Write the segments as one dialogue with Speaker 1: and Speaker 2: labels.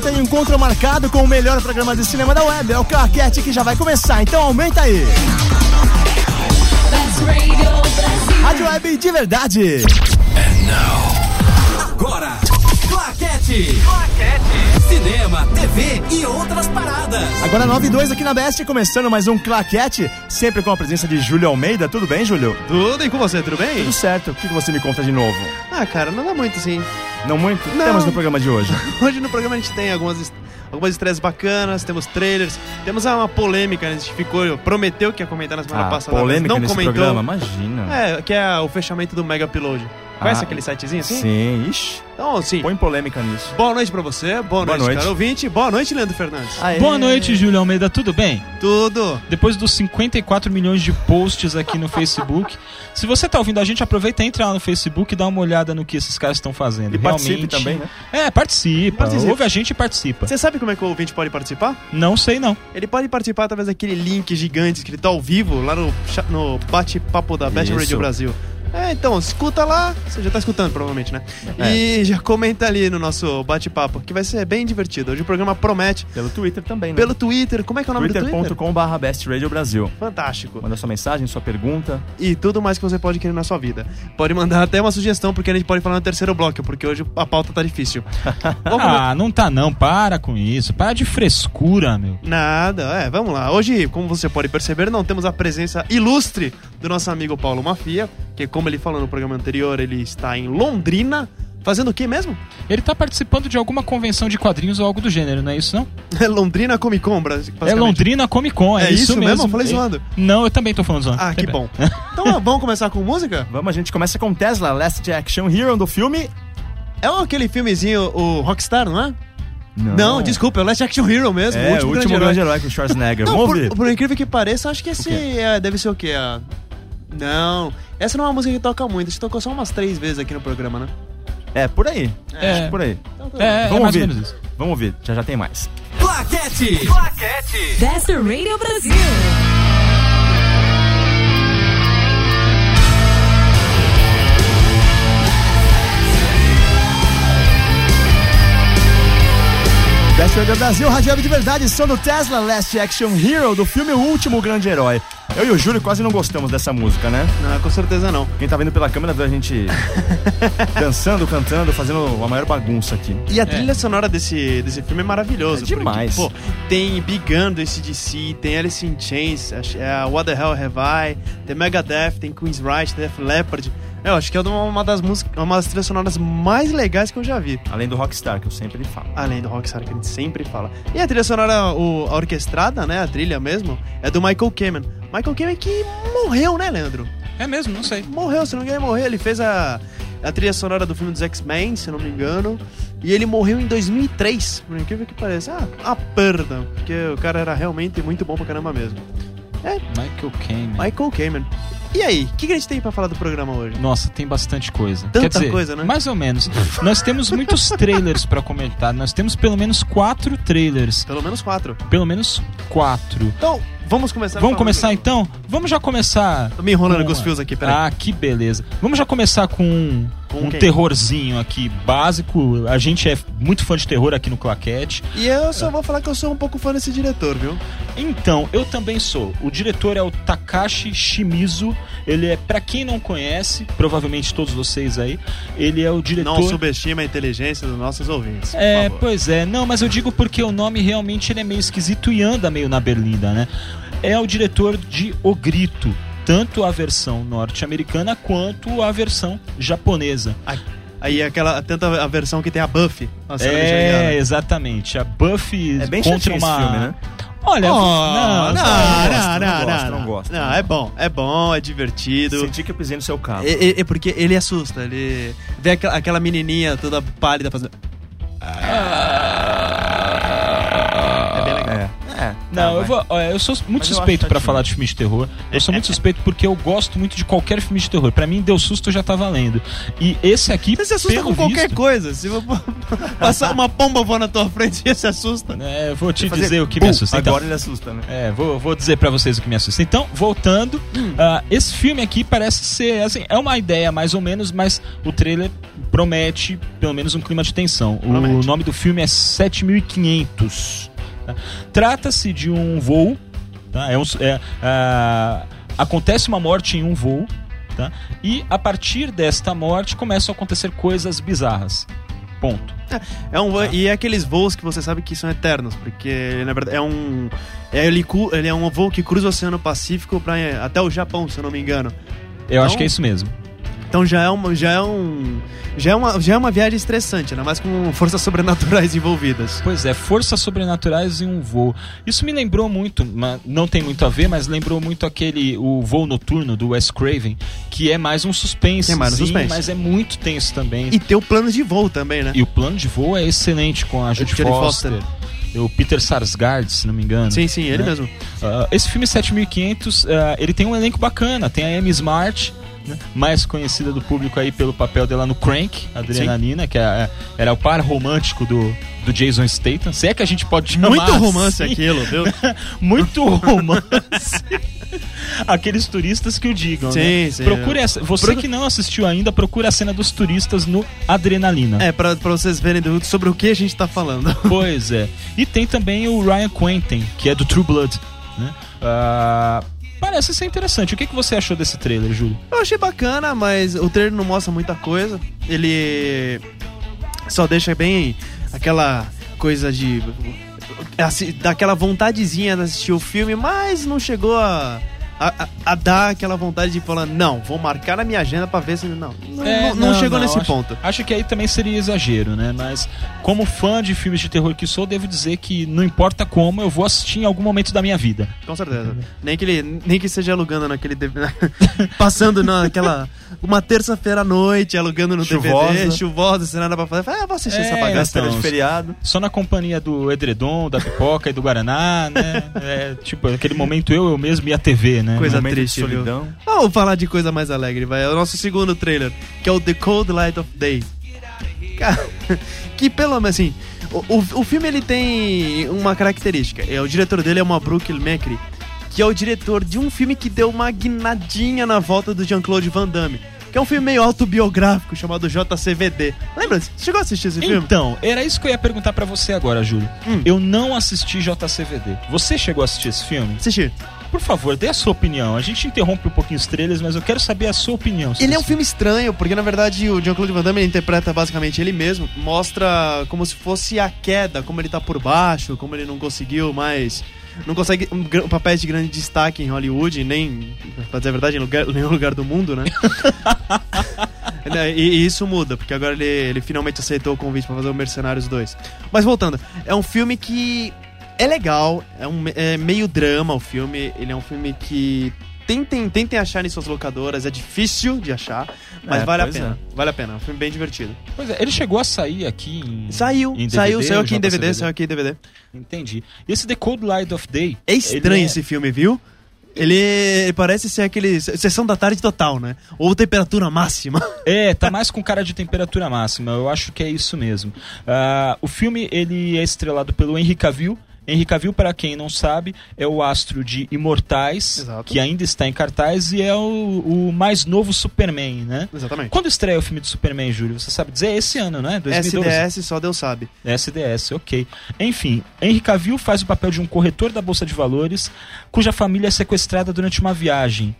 Speaker 1: tem um encontro marcado com o melhor programa de cinema da web. É o Claquete que já vai começar, então aumenta aí. Rádio Web de verdade.
Speaker 2: Agora, Claquete. Claquete. Cinema, TV e outras paradas.
Speaker 1: Agora 9 e 2 aqui na Best, começando mais um Claquete, sempre com a presença de Júlio Almeida. Tudo bem, Júlio?
Speaker 3: Tudo e com você, tudo bem?
Speaker 1: Tudo certo. O que que você me conta de novo?
Speaker 3: Ah, cara, nada muito assim.
Speaker 1: Não muito?
Speaker 3: Não.
Speaker 1: Temos no programa de hoje.
Speaker 3: Hoje no programa a gente tem algumas, his- algumas estreias bacanas, temos trailers, temos uma polêmica, né? A gente ficou, prometeu que ia comentar na semana
Speaker 1: Ah,
Speaker 3: passada, mas
Speaker 1: polêmica
Speaker 3: não
Speaker 1: nesse
Speaker 3: comentou.
Speaker 1: programa, imagina.
Speaker 3: É, que é o fechamento do Mega Upload. Conhece
Speaker 1: Ah,
Speaker 3: aquele sitezinho assim?
Speaker 1: Sim, ixi.
Speaker 3: Então, assim,
Speaker 1: Põe polêmica nisso.
Speaker 3: boa noite pra você, boa, noite,
Speaker 1: noite.
Speaker 3: cara ouvinte, boa noite, Leandro Fernandes.
Speaker 4: Boa noite, Júlio Almeida, tudo bem?
Speaker 3: Tudo.
Speaker 4: Depois dos 54 milhões de posts aqui no Facebook, se você tá ouvindo a gente, aproveita e entra lá no Facebook e dá uma olhada no que esses caras estão fazendo.
Speaker 1: E participe
Speaker 4: Realmente-
Speaker 1: também, né?
Speaker 4: É, participa.
Speaker 3: Participe.
Speaker 4: Ouve a gente e participa.
Speaker 3: Você sabe como é que o ouvinte pode participar?
Speaker 4: Não sei não.
Speaker 3: Ele pode participar através daquele link gigante escrito ao vivo lá no, cha- no bate-papo da Best
Speaker 1: Isso.
Speaker 3: Radio Brasil. É, então, escuta lá. Você já tá escutando, provavelmente, né? E já comenta ali no nosso bate-papo, que vai ser bem divertido. Hoje o programa promete.
Speaker 1: Pelo Twitter também, né?
Speaker 3: Pelo Twitter, como é que é o nome do Twitter?
Speaker 1: twitter.com.br Brasil.
Speaker 3: Fantástico.
Speaker 1: Manda sua mensagem, sua pergunta.
Speaker 3: E tudo mais que você pode querer na sua vida. Pode mandar até uma sugestão, porque a gente pode falar no terceiro bloco, porque hoje a pauta tá difícil. Vamos lá.
Speaker 4: Ah, não tá não, para com isso. Para de frescura, meu.
Speaker 3: Nada, é, vamos lá. Hoje, como você pode perceber, não temos a presença ilustre do nosso amigo Paulo Mafia, que, como ele falou no programa anterior, ele está em Londrina. Fazendo o quê mesmo?
Speaker 4: Ele tá participando de alguma convenção de quadrinhos ou algo do gênero, não é isso não?
Speaker 3: É Londrina Comic Con, bras- basicamente.
Speaker 4: É Londrina Comic Con, é,
Speaker 3: É isso mesmo? Eu falei
Speaker 4: É-
Speaker 3: zoando.
Speaker 4: Não, eu também tô falando zoando.
Speaker 3: Ah, que bom. Então ó, vamos começar com música?
Speaker 1: Vamos, a gente começa com Tesla, Last Action Hero do filme.
Speaker 3: É aquele filmezinho, o Rockstar, não é?
Speaker 1: Não,
Speaker 3: desculpa, é o Last Action Hero mesmo.
Speaker 1: É, o último, grande,
Speaker 3: herói.
Speaker 1: herói com o Schwarzenegger.
Speaker 3: Não,
Speaker 1: Vamos
Speaker 3: por,
Speaker 1: ouvir.
Speaker 3: por incrível que pareça, acho que esse é, deve ser o quê? Ah, Não, essa não é uma música que toca muito. A gente tocou só umas três vezes aqui no programa, né?
Speaker 1: É, por aí.
Speaker 4: É.
Speaker 1: Acho que por aí.
Speaker 3: Então, tá
Speaker 4: É, é, é
Speaker 1: Vamos
Speaker 4: mais
Speaker 1: ouvir.
Speaker 4: ou menos isso.
Speaker 1: Vamos ouvir, já já tem mais.
Speaker 2: Claquete.
Speaker 5: Best Radio Brasil.
Speaker 1: Best Radio Brasil, Rádio Web de Verdade, som do Tesla, Last Action Hero, do filme O Último Grande Herói. Eu e o Júlio quase não gostamos dessa música, né?
Speaker 3: Não, com certeza não.
Speaker 1: Quem tá vendo pela câmera vê a gente dançando, cantando, fazendo a maior bagunça aqui.
Speaker 3: E a trilha sonora desse, desse filme é maravilhosa.
Speaker 1: É demais.
Speaker 3: Porque, pô, tem Big Gun do ACDC, tem Alice in Chains, acho- é a What the Hell Have I, tem Megadeth, tem Queensryche, tem Def Leppard. Eu acho que é uma, uma das músicas, uma das trilhas sonoras mais legais que eu já vi.
Speaker 1: Além do Rockstar, que eu sempre falo.
Speaker 3: Além do Rockstar, que a gente sempre fala. E a trilha sonora, o- a orquestrada, né, a trilha mesmo, é do Michael Kamen. Michael Kamen que morreu, né, Leandro?
Speaker 4: É mesmo, não sei.
Speaker 3: morreu, se não me engano, ele morreu. Ele fez a, a trilha sonora do filme dos X-Men, se não me engano. E ele morreu em 2003, por incrível que pareça. Ah, a perda, porque o cara era realmente muito bom pra caramba mesmo.
Speaker 4: Michael Kamen.
Speaker 3: Michael Kamen. E aí, o que, que a gente tem pra falar do programa hoje?
Speaker 4: Nossa, tem bastante coisa.
Speaker 3: Tanta
Speaker 4: Quer dizer,
Speaker 3: coisa, né?
Speaker 4: Mais ou menos. Nós temos muitos trailers pra comentar. Nós temos pelo menos quatro trailers.
Speaker 3: Pelo menos quatro.
Speaker 4: Pelo menos quatro.
Speaker 3: Então, vamos começar.
Speaker 4: Vamos
Speaker 3: falando-
Speaker 4: começar então? Vamos já começar.
Speaker 3: Tô me enrolando com os fios aqui, peraí.
Speaker 4: Ah, que beleza. Vamos já começar com um,
Speaker 3: Com
Speaker 4: um
Speaker 3: quem?
Speaker 4: terrorzinho aqui básico. A gente é muito fã de terror aqui no Claquete.
Speaker 3: E eu só vou falar que eu sou um pouco fã desse diretor, viu?
Speaker 4: Então, eu também sou. O diretor é o Takashi Shimizu. Ele é, pra quem não conhece, provavelmente todos vocês aí, ele é o diretor.
Speaker 3: Não subestima a inteligência dos nossos ouvintes. por
Speaker 4: É,
Speaker 3: favor.
Speaker 4: pois é. Não, mas eu digo porque o nome realmente ele é meio esquisito e anda meio na berlinda, né? É o diretor de O Grito, tanto a versão norte-americana quanto a versão japonesa.
Speaker 3: Aí aquela tanta a versão que tem a Buffy. a cena
Speaker 4: é,
Speaker 3: nigeriana.
Speaker 4: exatamente. A Buffy
Speaker 1: É bem
Speaker 4: contra
Speaker 1: chatinho
Speaker 4: uma
Speaker 1: esse filme, né?
Speaker 4: Olha,
Speaker 3: Oh,
Speaker 4: não,
Speaker 3: não,
Speaker 1: gosta,
Speaker 3: não,
Speaker 1: não
Speaker 3: não,
Speaker 1: gosta,
Speaker 3: não,
Speaker 1: não gosta,
Speaker 3: Não,
Speaker 1: não
Speaker 3: é bom, é bom, é divertido.
Speaker 1: Senti que eu pisei no seu carro.
Speaker 3: É, é- é porque ele assusta, ele vê aquela, aquela menininha toda pálida fazendo. É bem legal.
Speaker 1: É, é.
Speaker 4: Não, eu,
Speaker 6: vai.
Speaker 4: vou, ó, eu sou muito
Speaker 6: Mas eu
Speaker 4: suspeito
Speaker 6: acho
Speaker 4: pra
Speaker 6: chatinho.
Speaker 4: falar de filme de terror. Eu sou muito suspeito porque eu gosto muito de qualquer filme de terror. Pra mim, deu susto já tá valendo. E esse aqui.
Speaker 3: Você se assusta
Speaker 4: pelo
Speaker 3: com qualquer
Speaker 4: visto,
Speaker 3: coisa. Se eu passar uma pomba voando na tua frente, você se assusta.
Speaker 4: né, vou te
Speaker 1: Fazer
Speaker 4: dizer o que
Speaker 1: bum,
Speaker 4: me assusta. Então,
Speaker 1: Agora ele assusta, né?
Speaker 4: É, vou, vou dizer pra vocês o que me assusta. Então, voltando,
Speaker 3: Hum.
Speaker 4: ah, esse filme aqui parece ser, assim, é uma ideia mais ou menos, mas o trailer promete pelo menos um clima de tensão. O
Speaker 3: Promete.
Speaker 4: nome do filme é 7500. tá? Trata-se de um voo, tá? É um, é, ah, acontece uma morte em um voo, tá? E a partir desta morte começam a acontecer coisas bizarras. Ponto.
Speaker 3: É um voo- E é aqueles voos que você sabe que são eternos, porque na verdade é um. é, ele, cu- ele é um voo que cruza o Oceano Pacífico pra, é, até o Japão, se eu não me engano.
Speaker 4: Eu acho
Speaker 3: Então-
Speaker 4: que é isso mesmo.
Speaker 3: Então já é uma. Já é, um, já é, uma, já é uma viagem estressante, ainda mais com forças sobrenaturais envolvidas.
Speaker 4: Pois é, forças sobrenaturais em um voo. Isso me lembrou muito, ma- não tem muito a ver, mas lembrou muito aquele o voo noturno do Wes Craven, que é mais um suspense,
Speaker 3: Que é mais um
Speaker 4: sim,
Speaker 3: suspense.
Speaker 4: mas é muito tenso também.
Speaker 3: E ter o plano de voo também, né?
Speaker 4: E o plano de voo é excelente com a Judy
Speaker 3: Jodie
Speaker 4: Foster, É
Speaker 3: Foster.
Speaker 4: o Peter Sarsgaard, se não me engano.
Speaker 3: Sim, sim, ele
Speaker 4: né?
Speaker 3: mesmo.
Speaker 4: Ah, esse filme 7500, ah, ele tem um elenco bacana, tem a Amy Smart, né, mais conhecida do público aí pelo papel dela no Crank, Adrenalina, que é- é- era o par romântico do, do Jason Statham. Se é que a gente pode chamar
Speaker 3: Muito romance
Speaker 4: assim,
Speaker 3: aquilo, viu?
Speaker 4: Muito romance. Aqueles turistas que o digam, né?
Speaker 3: Sim, sim.
Speaker 4: Procure essa, você
Speaker 3: Procu-
Speaker 4: que não assistiu ainda, procure a cena dos turistas no Adrenalina.
Speaker 3: É, pra, pra vocês verem do- sobre o que a gente tá falando.
Speaker 4: Pois é. E tem também o Ryan Quentin, que é do True Blood. né? Ah, parece ser interessante. O que, que você achou desse trailer, Júlio?
Speaker 3: Eu achei bacana, mas o trailer não mostra muita coisa. Ele só deixa bem aquela coisa de. assi- daquela vontadezinha de assistir o filme, mas não chegou a. A, a- a dar aquela vontade de falar, não, vou marcar na minha agenda pra ver se. Não, não,
Speaker 4: É,
Speaker 3: não- não chegou nesse
Speaker 4: acho-
Speaker 3: ponto.
Speaker 4: Acho que aí também seria exagero, né? Mas como fã de filmes de terror que sou, devo dizer que não importa como, eu vou assistir em algum momento da minha vida.
Speaker 3: Com certeza. Nem que, ele, nem que seja alugando naquele DVD. passando naquela. Uma terça-feira à noite, alugando no
Speaker 1: Chuvosa.
Speaker 3: DVD, chuvosa, sem nada pra fazer. Fala, Ah, vou assistir
Speaker 4: É,
Speaker 3: essa bagaça.
Speaker 1: Sexta-feira
Speaker 4: então,
Speaker 1: de feriado.
Speaker 4: Só na companhia do edredom, da pipoca e do guaraná, né? É, tipo, aquele momento eu, eu mesmo e a TV, né?
Speaker 3: Coisa
Speaker 1: um momento
Speaker 3: triste,
Speaker 1: de
Speaker 3: viu?
Speaker 1: solidão.
Speaker 3: Vamos falar de coisa mais alegre, vai. É o nosso segundo trailer, que é o The Cold Light of Day. Cara, que pelo menos assim. O, o, o filme ele tem uma característica. É, o diretor dele é uma Brook Mekri, que é o diretor de um filme que deu uma guinadinha na volta do Jean-Claude Van Damme. Que é um filme meio autobiográfico chamado JCVD. Lembra? Você chegou a assistir esse filme?
Speaker 4: Então, era isso que eu ia perguntar pra você agora, Júlio.
Speaker 3: Hum.
Speaker 4: Eu não assisti JCVD. Você chegou a assistir esse filme?
Speaker 3: Assistir.
Speaker 4: Por favor, dê a sua opinião. A gente interrompe um pouquinho os trailers, mas eu quero saber a sua opinião. sobre
Speaker 3: Ele é um
Speaker 4: esse
Speaker 3: filme estranho, porque na verdade o Jean-Claude Van Damme ele interpreta basicamente ele mesmo, mostra como se fosse a queda, como ele tá por baixo, como ele não conseguiu mais. Não consegue um, gr- papéis de grande destaque em Hollywood, nem, pra dizer a verdade, em lugar- nenhum lugar do mundo, né? Né, e, e isso muda, porque agora ele, ele finalmente aceitou o convite pra fazer o Mercenários 2. Mas voltando, é um filme que é legal, é, um, me- é meio drama o filme, ele é um filme que tentem, tentem achar em suas locadoras, é difícil de achar, mas
Speaker 1: É,
Speaker 3: vale a
Speaker 1: pois
Speaker 3: pena, vale a pena, é um filme bem divertido.
Speaker 4: filme. Pois é, ele chegou a sair aqui em.
Speaker 3: Saiu,
Speaker 4: Em
Speaker 3: saiu,
Speaker 4: DVD,
Speaker 3: saiu aqui
Speaker 4: já
Speaker 3: em DVD,
Speaker 4: tá
Speaker 3: saiu aqui em DVD.
Speaker 4: Entendi. E esse The Cold Light of Day.
Speaker 3: É estranho
Speaker 4: ele
Speaker 3: esse filme, viu? Ele parece ser aquele. Sessão da tarde total, né? Ou temperatura máxima.
Speaker 4: É, tá mais com cara de temperatura máxima. Eu acho que é isso mesmo. Ah, o filme ele é estrelado pelo Henry Cavill. Henry Cavill, para quem não sabe, é o astro de Imortais,
Speaker 3: Exato.
Speaker 4: que ainda está em cartaz e é o, o mais novo Superman, né?
Speaker 3: Exatamente.
Speaker 4: Quando estreia o filme do Superman, Júlio? Você sabe dizer? É esse ano, né? 2012.
Speaker 3: SDS, só Deus sabe.
Speaker 4: né, SDS, ok. Enfim, Henry Cavill faz o papel de um corretor da Bolsa de Valores cuja família é sequestrada durante uma viagem.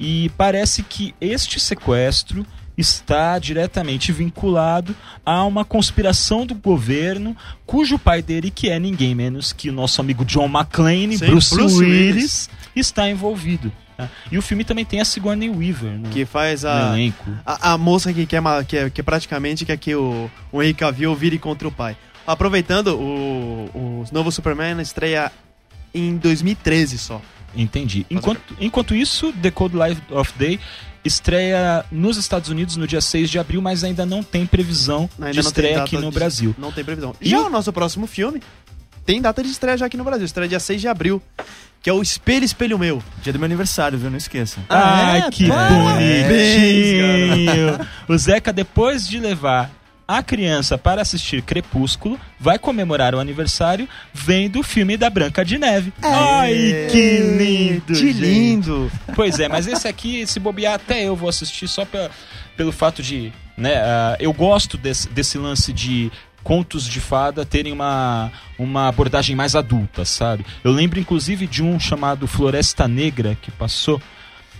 Speaker 4: E parece que este sequestro está diretamente vinculado a uma conspiração do governo cujo pai dele, que é ninguém menos que o nosso amigo John McClane,
Speaker 3: Sim,
Speaker 4: Bruce,
Speaker 3: Bruce
Speaker 4: Willis,
Speaker 3: Willis.
Speaker 4: está envolvido. tá? E o filme também tem a Sigourney Weaver no,
Speaker 3: Que tá faz
Speaker 4: no
Speaker 3: a.
Speaker 4: elenco.
Speaker 3: A, a moça que quer, ma- que, é- que praticamente quer que o, o Henry Cavill vire contra o pai. Aproveitando, o, o novo Superman estreia em 2013 só.
Speaker 4: Entendi. Enquanto, enquanto isso, The Cold Light of Day estreia nos Estados Unidos no dia 6 de abril, mas ainda não tem previsão
Speaker 3: né? Ainda
Speaker 4: de
Speaker 3: não tem
Speaker 4: estreia
Speaker 3: data
Speaker 4: aqui no
Speaker 3: de-
Speaker 4: Brasil.
Speaker 3: Não tem previsão.
Speaker 4: E
Speaker 3: Já
Speaker 4: o-
Speaker 3: o nosso próximo filme tem data de estreia já aqui no Brasil, estreia dia 6 de abril, que é o Espelho, Espelho Meu.
Speaker 1: Dia do meu aniversário, viu? Não esqueça.
Speaker 4: Ai,
Speaker 3: é?
Speaker 4: que
Speaker 3: Parabéns,
Speaker 4: bonitinho! O Zeca, depois de levar a criança para assistir Crepúsculo, vai comemorar o aniversário vendo o filme da Branca de Neve. Ai, que lindo!
Speaker 3: É. Que
Speaker 4: gente.
Speaker 3: lindo!
Speaker 4: Pois é, mas esse aqui, se bobear, até eu vou assistir só pela- pelo fato de. Né, ah, eu gosto desse, desse lance de contos de fada terem uma, uma abordagem mais adulta, sabe? Eu lembro inclusive de um chamado Floresta Negra que passou.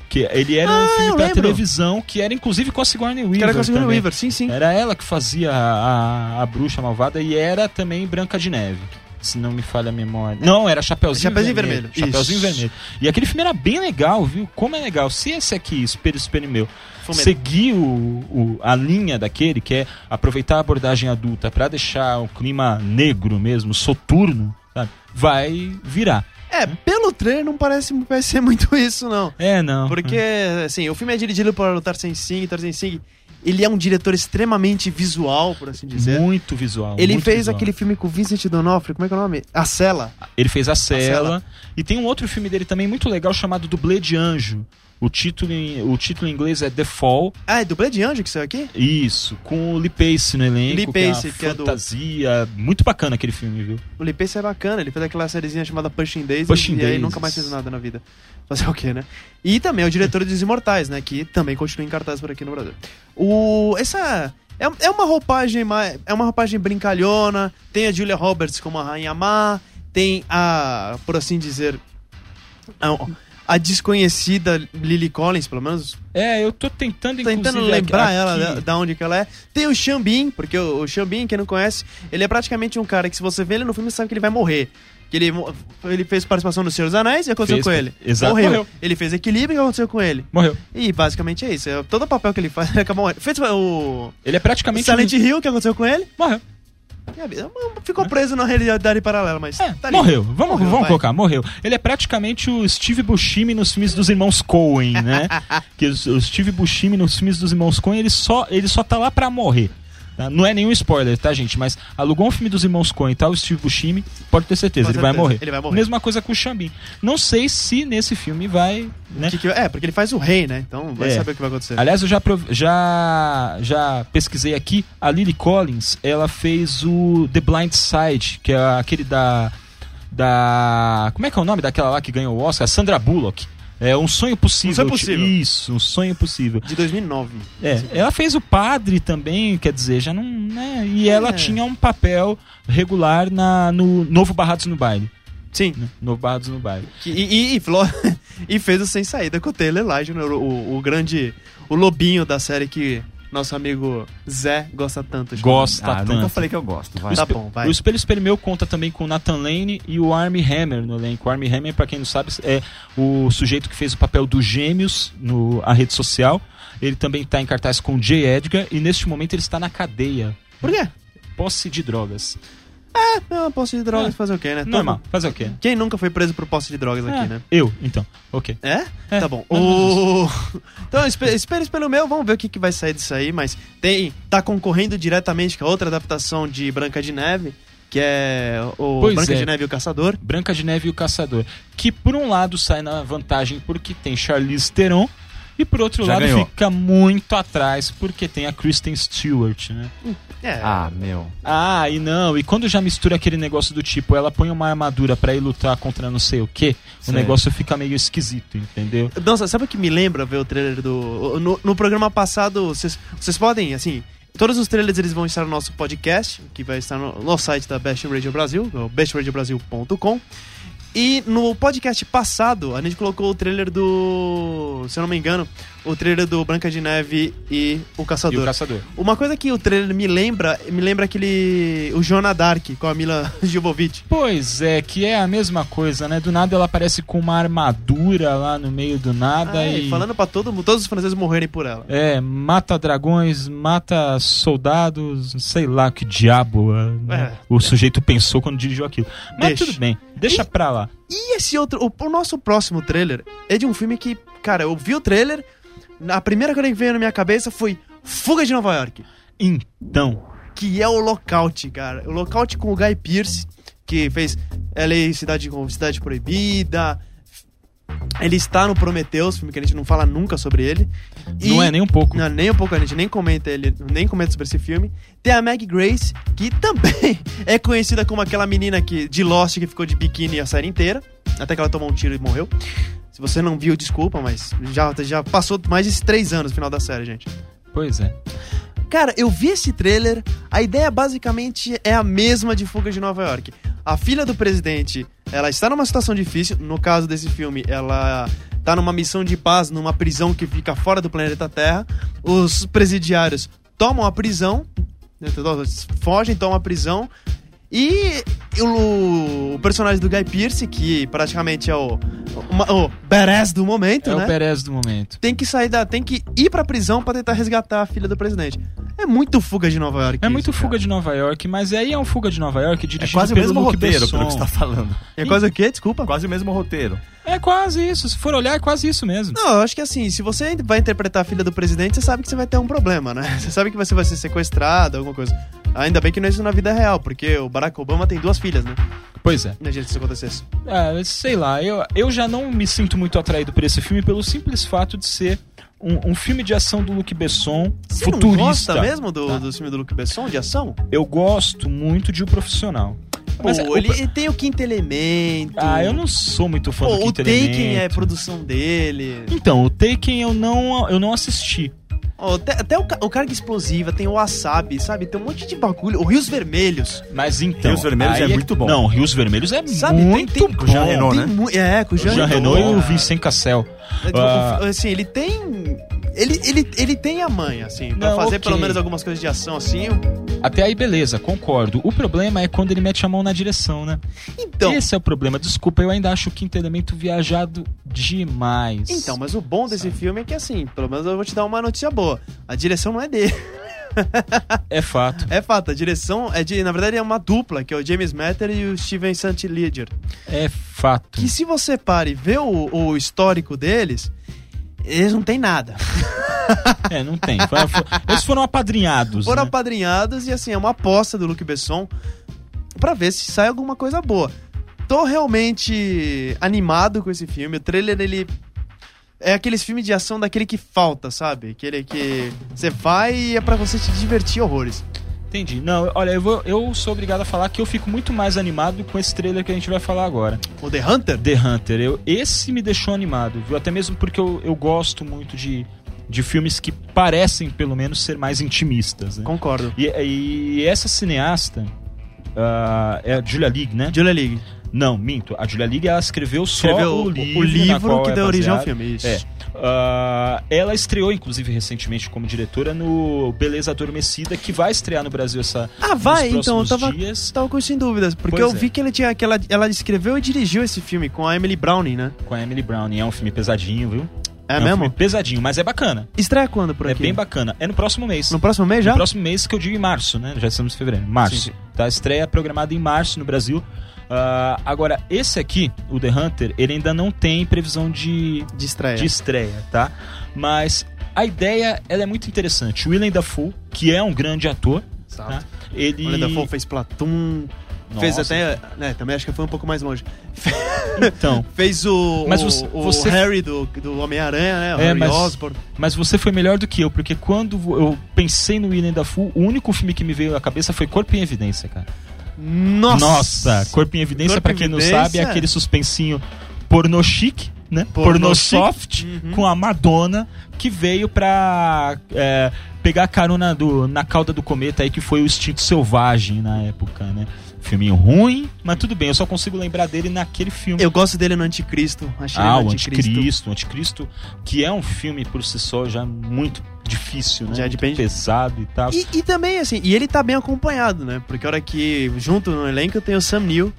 Speaker 4: Que ele era um filme
Speaker 3: Ah, eu
Speaker 4: pra
Speaker 3: lembro.
Speaker 4: televisão que era inclusive com a Sigourney Weaver.
Speaker 3: Que era com a Sigourney
Speaker 4: também. É.
Speaker 3: Weaver, sim, sim.
Speaker 4: Era ela que fazia a, a- a bruxa malvada e era também Branca de Neve. Se não me falha a memória. Não, era Chapeuzinho,
Speaker 3: Chapeuzinho
Speaker 4: Vermelho.
Speaker 3: Vermelho,
Speaker 4: Chapeuzinho
Speaker 3: isso.
Speaker 4: Vermelho. E aquele filme era bem legal, viu? Como é legal. Se esse aqui, Espelho, Espelho Meu,
Speaker 3: Fumeta.
Speaker 4: seguir o, o- a linha daquele, que é aproveitar a abordagem adulta pra deixar o clima negro mesmo, soturno, sabe? vai virar.
Speaker 3: É, pelo trailer não parece, parece ser muito isso, não.
Speaker 4: É, não.
Speaker 3: Porque, assim, o filme é dirigido por Tarzan Singh, Tarzan Singh, ele é um diretor extremamente visual, por assim dizer.
Speaker 4: Muito visual.
Speaker 3: ele
Speaker 4: muito
Speaker 3: fez
Speaker 4: visual.
Speaker 3: aquele filme com o Vincent D'Onofrio, como é que é o nome? A Cela.
Speaker 4: Ele fez A Cela.
Speaker 3: Cela.
Speaker 4: E tem um outro filme dele também muito legal chamado Dublê de Anjo. O título, em, o título em inglês é The Fall.
Speaker 3: Ah, é dublê de anjo que saiu aqui?
Speaker 4: Isso, com o Lee Pace no
Speaker 3: Lee
Speaker 4: elenco. que é uma
Speaker 3: Pace, que é do-
Speaker 4: fantasia. Muito bacana aquele filme, viu?
Speaker 3: O Lee Pace é bacana, ele fez aquela sériezinha chamada Pushing Days
Speaker 4: Pushing
Speaker 3: e aí
Speaker 4: Daisies.
Speaker 3: nunca mais fez nada na vida. Fazer o quê, né? E também é o diretor dos Imortais, né? Que também continua em cartaz por aqui no Brasil. O... Essa... É é uma roupagem mais- é uma roupagem brincalhona, tem a Julia Roberts como a Rainha Má, tem a, por assim dizer, a, a desconhecida Lily Collins, pelo menos
Speaker 4: É, eu tô tentando,
Speaker 3: tentando
Speaker 4: inclusive, é
Speaker 3: lembrar
Speaker 4: aqui-
Speaker 3: ela da,
Speaker 4: aqui-
Speaker 3: da onde que ela é. Tem o Xambin, porque o, o Xambin, quem não conhece, ele é praticamente um cara que se você vê ele no filme, você sabe que ele vai morrer. Que ele, mo- ele fez participação no Senhor dos Anéis e aconteceu
Speaker 4: Fez,
Speaker 3: com ele.
Speaker 4: exato,
Speaker 3: Morreu.
Speaker 4: morreu.
Speaker 3: Ele fez equilíbrio e aconteceu com ele.
Speaker 4: Morreu.
Speaker 3: E basicamente é isso. É, todo papel que ele faz, ele acaba morrendo. Fez o
Speaker 4: Ele é praticamente. um-
Speaker 3: Silent Hill, que aconteceu com ele.
Speaker 4: Morreu.
Speaker 3: E a vida- hum, Ficou preso na realidade paralela, mas.
Speaker 4: É,
Speaker 3: tá ali.
Speaker 4: morreu. Vamos,
Speaker 3: Morreu,
Speaker 4: vamos
Speaker 3: vai.
Speaker 4: colocar, morreu. Ele é praticamente o Steve Buscemi nos filmes dos irmãos Coen, né? que o o Steve Buscemi nos filmes dos irmãos Coen, ele só, ele só tá lá pra morrer. tá? Não é nenhum spoiler, tá, gente? Mas alugou um filme dos irmãos Coen, tá? O Steve Buscemi, pode ter certeza,
Speaker 3: Com
Speaker 4: ele vai
Speaker 3: certeza,
Speaker 4: morrer.
Speaker 3: ele vai morrer.
Speaker 4: Mesma coisa com o Xambim. Não sei se nesse filme vai, né?
Speaker 3: Que que- é, porque ele faz o rei, né? Então vai
Speaker 4: É.
Speaker 3: saber o que vai acontecer.
Speaker 4: Aliás, eu já, prov- já, já pesquisei aqui. A Lily Collins, ela fez o The Blind Side, que é aquele da. Da. Como é que é o nome daquela lá que ganhou o Oscar? Sandra Bullock. É um sonho possível.
Speaker 3: Um Sonho Possível.
Speaker 4: Isso, um sonho possível.
Speaker 3: De 2009.
Speaker 4: É, ela fez o padre também, quer dizer, já não. Né? E ela
Speaker 3: É.
Speaker 4: tinha um papel regular na, no Novo Barrados no Baile.
Speaker 3: Sim.
Speaker 4: né? Novo Barrados no Baile.
Speaker 3: Que- e, e, e, Flo- e fez o Sem Saída com o Taylor Lautner, né? o, o, o grande. o lobinho da série que nosso amigo Zé gosta tanto. de
Speaker 4: Gosta
Speaker 1: Ah,
Speaker 4: tanto.
Speaker 1: nunca falei que eu gosto, vai.
Speaker 3: Tá
Speaker 4: Espe-
Speaker 3: bom, vai.
Speaker 4: O Espelho Espelho Meu conta também com o Nathan Lane e o Armie Hammer no elenco. O Armie Hammer, pra quem não sabe, é o sujeito que fez o papel dos Gêmeos no a rede social. Ele também tá em cartaz com o J. Edgar e neste momento ele está na cadeia.
Speaker 3: Por quê?
Speaker 4: Posse de drogas.
Speaker 3: Não, posse de drogas
Speaker 4: É.
Speaker 3: fazer o quê, né? Todo-
Speaker 4: Normal. Fazer o quê?
Speaker 3: Quem nunca foi preso por posse de drogas aqui, né?
Speaker 4: Eu, então. Ok.
Speaker 3: É?
Speaker 4: É,
Speaker 3: Tá bom.
Speaker 4: mais
Speaker 3: O... Então, espera, espera pelo meu, vamos ver o que, que vai sair disso aí, mas tem. Tá concorrendo diretamente com a outra adaptação de Branca de Neve, que é o
Speaker 4: Pois
Speaker 3: Branca
Speaker 4: é.
Speaker 3: de Neve e o Caçador.
Speaker 4: Branca de Neve e o Caçador. Que por um lado sai na vantagem porque tem Charlize Theron e por outro
Speaker 1: Já
Speaker 4: lado
Speaker 1: ganhou.
Speaker 4: fica muito atrás porque tem a Kristen Stewart, né?
Speaker 3: É.
Speaker 1: Ah, meu.
Speaker 4: Ah, e não, e quando já mistura aquele negócio do tipo, ela põe uma armadura pra ir lutar contra não sei o que, o
Speaker 1: Sei.
Speaker 4: negócio fica meio esquisito, entendeu?
Speaker 3: Nossa, sabe o que me lembra ver o trailer do. No, no programa passado, vocês vocês podem, assim. Todos os trailers eles vão estar no nosso podcast, que vai estar no, no site da Best Radio Brasil, é o bestradiobrasil.com. E no podcast passado, a gente colocou o trailer do. Se eu não me engano, o trailer do Branca de Neve e o
Speaker 4: E o
Speaker 3: Caçador.
Speaker 4: caçador.
Speaker 3: Uma coisa que o trailer me lembra, me lembra aquele. O Jonah Dark com a Mila Jovovich.
Speaker 4: Pois é, que é a mesma coisa, né? Do nada ela aparece com uma armadura lá no meio do nada
Speaker 3: Ah, é,
Speaker 4: e.
Speaker 3: Falando pra todo mundo, todos os franceses morrerem por ela.
Speaker 4: É, mata dragões, mata soldados, sei lá que diabo é, né?
Speaker 3: É.
Speaker 4: o sujeito pensou quando dirigiu aquilo. Mas
Speaker 3: Deixa.
Speaker 4: tudo bem, deixa
Speaker 3: E-
Speaker 4: pra lá.
Speaker 3: E esse outro, o, o nosso próximo trailer é de um filme que, cara, eu vi o trailer, a primeira coisa que veio na minha cabeça foi Fuga de Nova York,
Speaker 4: Então,
Speaker 3: que é o Lockout, cara. O Lockout com o Guy Pearce, que fez LA Cidade, Cidade Proibida. Ele está no Prometheus, filme que a gente não fala nunca sobre ele. E-
Speaker 4: Não é nem um pouco.
Speaker 3: Não, nem um pouco, a gente nem comenta ele, nem comenta sobre esse filme. Tem a Meg Grace, que também é conhecida como aquela menina que, de Lost que ficou de biquíni a série inteira. Até que ela tomou um tiro e morreu. Se você não viu, desculpa, mas já, já passou mais de três anos no final da série, gente.
Speaker 4: Pois é.
Speaker 3: Cara, eu vi esse trailer, a ideia basicamente é a mesma de Fuga de Nova York. A filha do presidente, ela está numa situação difícil, no caso desse filme, ela está numa missão de paz numa prisão que fica fora do planeta Terra. Os presidiários tomam a prisão, né, fogem, tomam a prisão. E o, o personagem do Guy Pearce, que praticamente é o, o, o badass do momento,
Speaker 4: é
Speaker 3: né?
Speaker 4: o Perez do momento.
Speaker 3: tem que sair da. tem que ir pra prisão pra tentar resgatar a filha do presidente. É muito fuga de Nova York.
Speaker 4: É muito
Speaker 3: isso,
Speaker 4: fuga
Speaker 3: cara.
Speaker 4: de Nova York, mas aí é um fuga de Nova York
Speaker 1: É
Speaker 4: dirigido
Speaker 1: quase o
Speaker 4: pelo
Speaker 1: mesmo
Speaker 4: Luc
Speaker 1: roteiro,
Speaker 4: Besson.
Speaker 1: pelo que você tá falando.
Speaker 3: É quase o quê? Desculpa.
Speaker 1: Quase o mesmo roteiro.
Speaker 4: É quase isso. Se for olhar, é quase isso mesmo.
Speaker 3: Não, eu acho que assim, se você vai interpretar a filha do presidente, você sabe que você vai ter um problema, né? Você sabe que você vai ser sequestrado, alguma coisa. Ainda bem que não é isso na vida real, porque o Barack Obama tem duas filhas, né?
Speaker 4: Pois é.
Speaker 3: Imagina se isso acontecesse.
Speaker 4: Ah, sei lá, eu, eu já não me sinto muito atraído por esse filme pelo simples fato de ser um, um filme de ação do Luc Besson
Speaker 3: Você
Speaker 4: futurista.
Speaker 3: não gosta mesmo do,
Speaker 4: Tá.
Speaker 3: do filme do Luke Besson, de ação?
Speaker 4: Eu gosto muito de O Profissional.
Speaker 3: Pô,
Speaker 4: Mas é, o-
Speaker 3: ele tem o quinto elemento.
Speaker 4: Ah, eu não sou muito fã
Speaker 3: Pô,
Speaker 4: do
Speaker 3: o
Speaker 4: Quinto
Speaker 3: Taken é
Speaker 4: Elemento.
Speaker 3: produção dele.
Speaker 4: Então, o Taken eu não, eu não assisti.
Speaker 3: Ó, até até o, ca- o carga explosiva, tem o wasabi, sabe? Tem um monte de bagulho. O Rios Vermelhos.
Speaker 4: Mas então.
Speaker 1: Rios Vermelhos
Speaker 4: aí
Speaker 1: é muito bom.
Speaker 4: Não, Rios Vermelhos é
Speaker 3: Sabe? Tem-
Speaker 4: muito
Speaker 3: tem,
Speaker 4: bom.
Speaker 1: Jean Reno,
Speaker 3: tem
Speaker 1: né?
Speaker 3: mu- É, com o Jean,
Speaker 4: Jean
Speaker 3: Reno.
Speaker 4: Renault e o Vincent Cassel.
Speaker 3: É, tipo,
Speaker 4: Ah.
Speaker 3: Assim, ele tem. Ele, ele, ele tem a mãe, assim, pra
Speaker 4: Não,
Speaker 3: fazer
Speaker 4: ok.
Speaker 3: pelo menos algumas coisas de ação, assim.
Speaker 4: Até aí, beleza, concordo. O problema é quando ele mete a mão na direção, né?
Speaker 3: Então.
Speaker 4: Esse é o problema. Desculpa, eu ainda acho o Quinto Elemento viajado demais.
Speaker 3: Então, mas o bom desse filme é que, assim, pelo menos eu vou te dar uma notícia boa. A direção não é dele.
Speaker 4: É fato.
Speaker 3: É fato, a direção é de. Na verdade, é uma dupla, que é o James Matter e o Steven Santilidger.
Speaker 4: É fato.
Speaker 3: Que se você para e vê o, o histórico deles, eles não tem nada.
Speaker 4: É, não tem. Foi- foi- Eles foram apadrinhados.
Speaker 3: Foram
Speaker 4: né?
Speaker 3: apadrinhados e assim, é uma aposta do Luke Besson pra ver se sai alguma coisa boa. Tô realmente animado com esse filme. O trailer, ele. É aqueles filmes de ação daquele que falta, sabe? Aquele que você vai e é pra você se divertir horrores.
Speaker 4: Entendi. Não, olha, eu, vou- eu sou obrigado a falar que eu fico muito mais animado com esse trailer que a gente vai falar agora.
Speaker 3: O The Hunter?
Speaker 4: The Hunter. Eu, esse me deixou animado, viu? Até mesmo porque eu, eu gosto muito de, de filmes que parecem, pelo menos, ser mais intimistas, né?
Speaker 3: Concordo.
Speaker 4: E, e essa cineasta ah, é a Julia League, né?
Speaker 3: Julia League.
Speaker 4: Não, minto. A Julia League ela escreveu só
Speaker 3: Escreveu
Speaker 4: o livro, na qual
Speaker 3: que
Speaker 4: é
Speaker 3: deu origem ao
Speaker 4: baseado.
Speaker 3: filme. Isso.
Speaker 4: É. Ah, ela estreou, inclusive, recentemente como diretora no Beleza Adormecida, que vai estrear no Brasil essa
Speaker 3: Ah, vai,
Speaker 4: nos
Speaker 3: então. Eu
Speaker 4: próximos
Speaker 3: tava,
Speaker 4: dias
Speaker 3: tava com isso em dúvidas. Porque
Speaker 4: Pois
Speaker 3: eu
Speaker 4: é.
Speaker 3: vi que, ele tinha, que ela, ela escreveu e dirigiu esse filme com a Emily Browning, né?
Speaker 4: com a Emily Browning. É um filme pesadinho, viu?
Speaker 3: É,
Speaker 4: um
Speaker 3: mesmo?
Speaker 4: filme pesadinho, mas é bacana.
Speaker 3: Estreia quando por
Speaker 4: é
Speaker 3: aqui?
Speaker 4: bem bacana. É no próximo mês.
Speaker 3: No próximo mês É já?
Speaker 4: No próximo mês que eu digo em março, né? Já estamos em fevereiro. Março.
Speaker 3: Sim,
Speaker 4: Tá? Estreia programada em março no Brasil. Ah, agora, esse aqui, o The Hunter, ele ainda não tem previsão de,
Speaker 3: De estreia.
Speaker 4: de estreia, tá? Mas a ideia, ela é muito interessante. O Willem Dafoe, que é um grande ator, tá?
Speaker 3: Exato.
Speaker 4: ele...
Speaker 3: O Leda fez Platoon.
Speaker 4: Nossa.
Speaker 3: Fez até. Né, também acho que foi um pouco mais longe.
Speaker 4: Então,
Speaker 3: Fez o.
Speaker 4: Mas
Speaker 3: o-
Speaker 4: você-
Speaker 3: o,
Speaker 4: você-
Speaker 3: Harry do, do Homem-Aranha, né? O
Speaker 4: É,
Speaker 3: Harry
Speaker 4: mas-
Speaker 3: Osborn.
Speaker 4: mas você foi melhor do que eu, porque quando eu pensei no Willem Dafoe, o único filme que me veio à cabeça foi Corpo em Evidência, cara.
Speaker 3: Nossa!
Speaker 4: Nossa, Corpo em Evidência,
Speaker 3: Corpo
Speaker 4: pra
Speaker 3: em
Speaker 4: quem não
Speaker 3: Evidência.
Speaker 4: sabe, é aquele suspensinho porno chique, né?
Speaker 3: Porno
Speaker 4: Porno
Speaker 3: chique.
Speaker 4: soft,
Speaker 3: Uhum.
Speaker 4: com a Madonna, que veio pra é, pegar a carona do, na cauda do cometa aí, que foi o Instinto Selvagem na época, né? Filminho ruim, mas tudo bem, eu só consigo lembrar dele naquele filme.
Speaker 3: Eu gosto dele no Anticristo. Achei
Speaker 4: Ah,
Speaker 3: ele
Speaker 4: o
Speaker 3: no
Speaker 4: Anticristo, o Anticristo, que é um filme por si só já muito difícil, né?
Speaker 3: Já
Speaker 4: Muito
Speaker 3: depende-
Speaker 4: pesado e tal.
Speaker 3: E, e também, assim, e ele tá bem acompanhado, né? Porque a hora que, junto no elenco, tem o Sam Neill,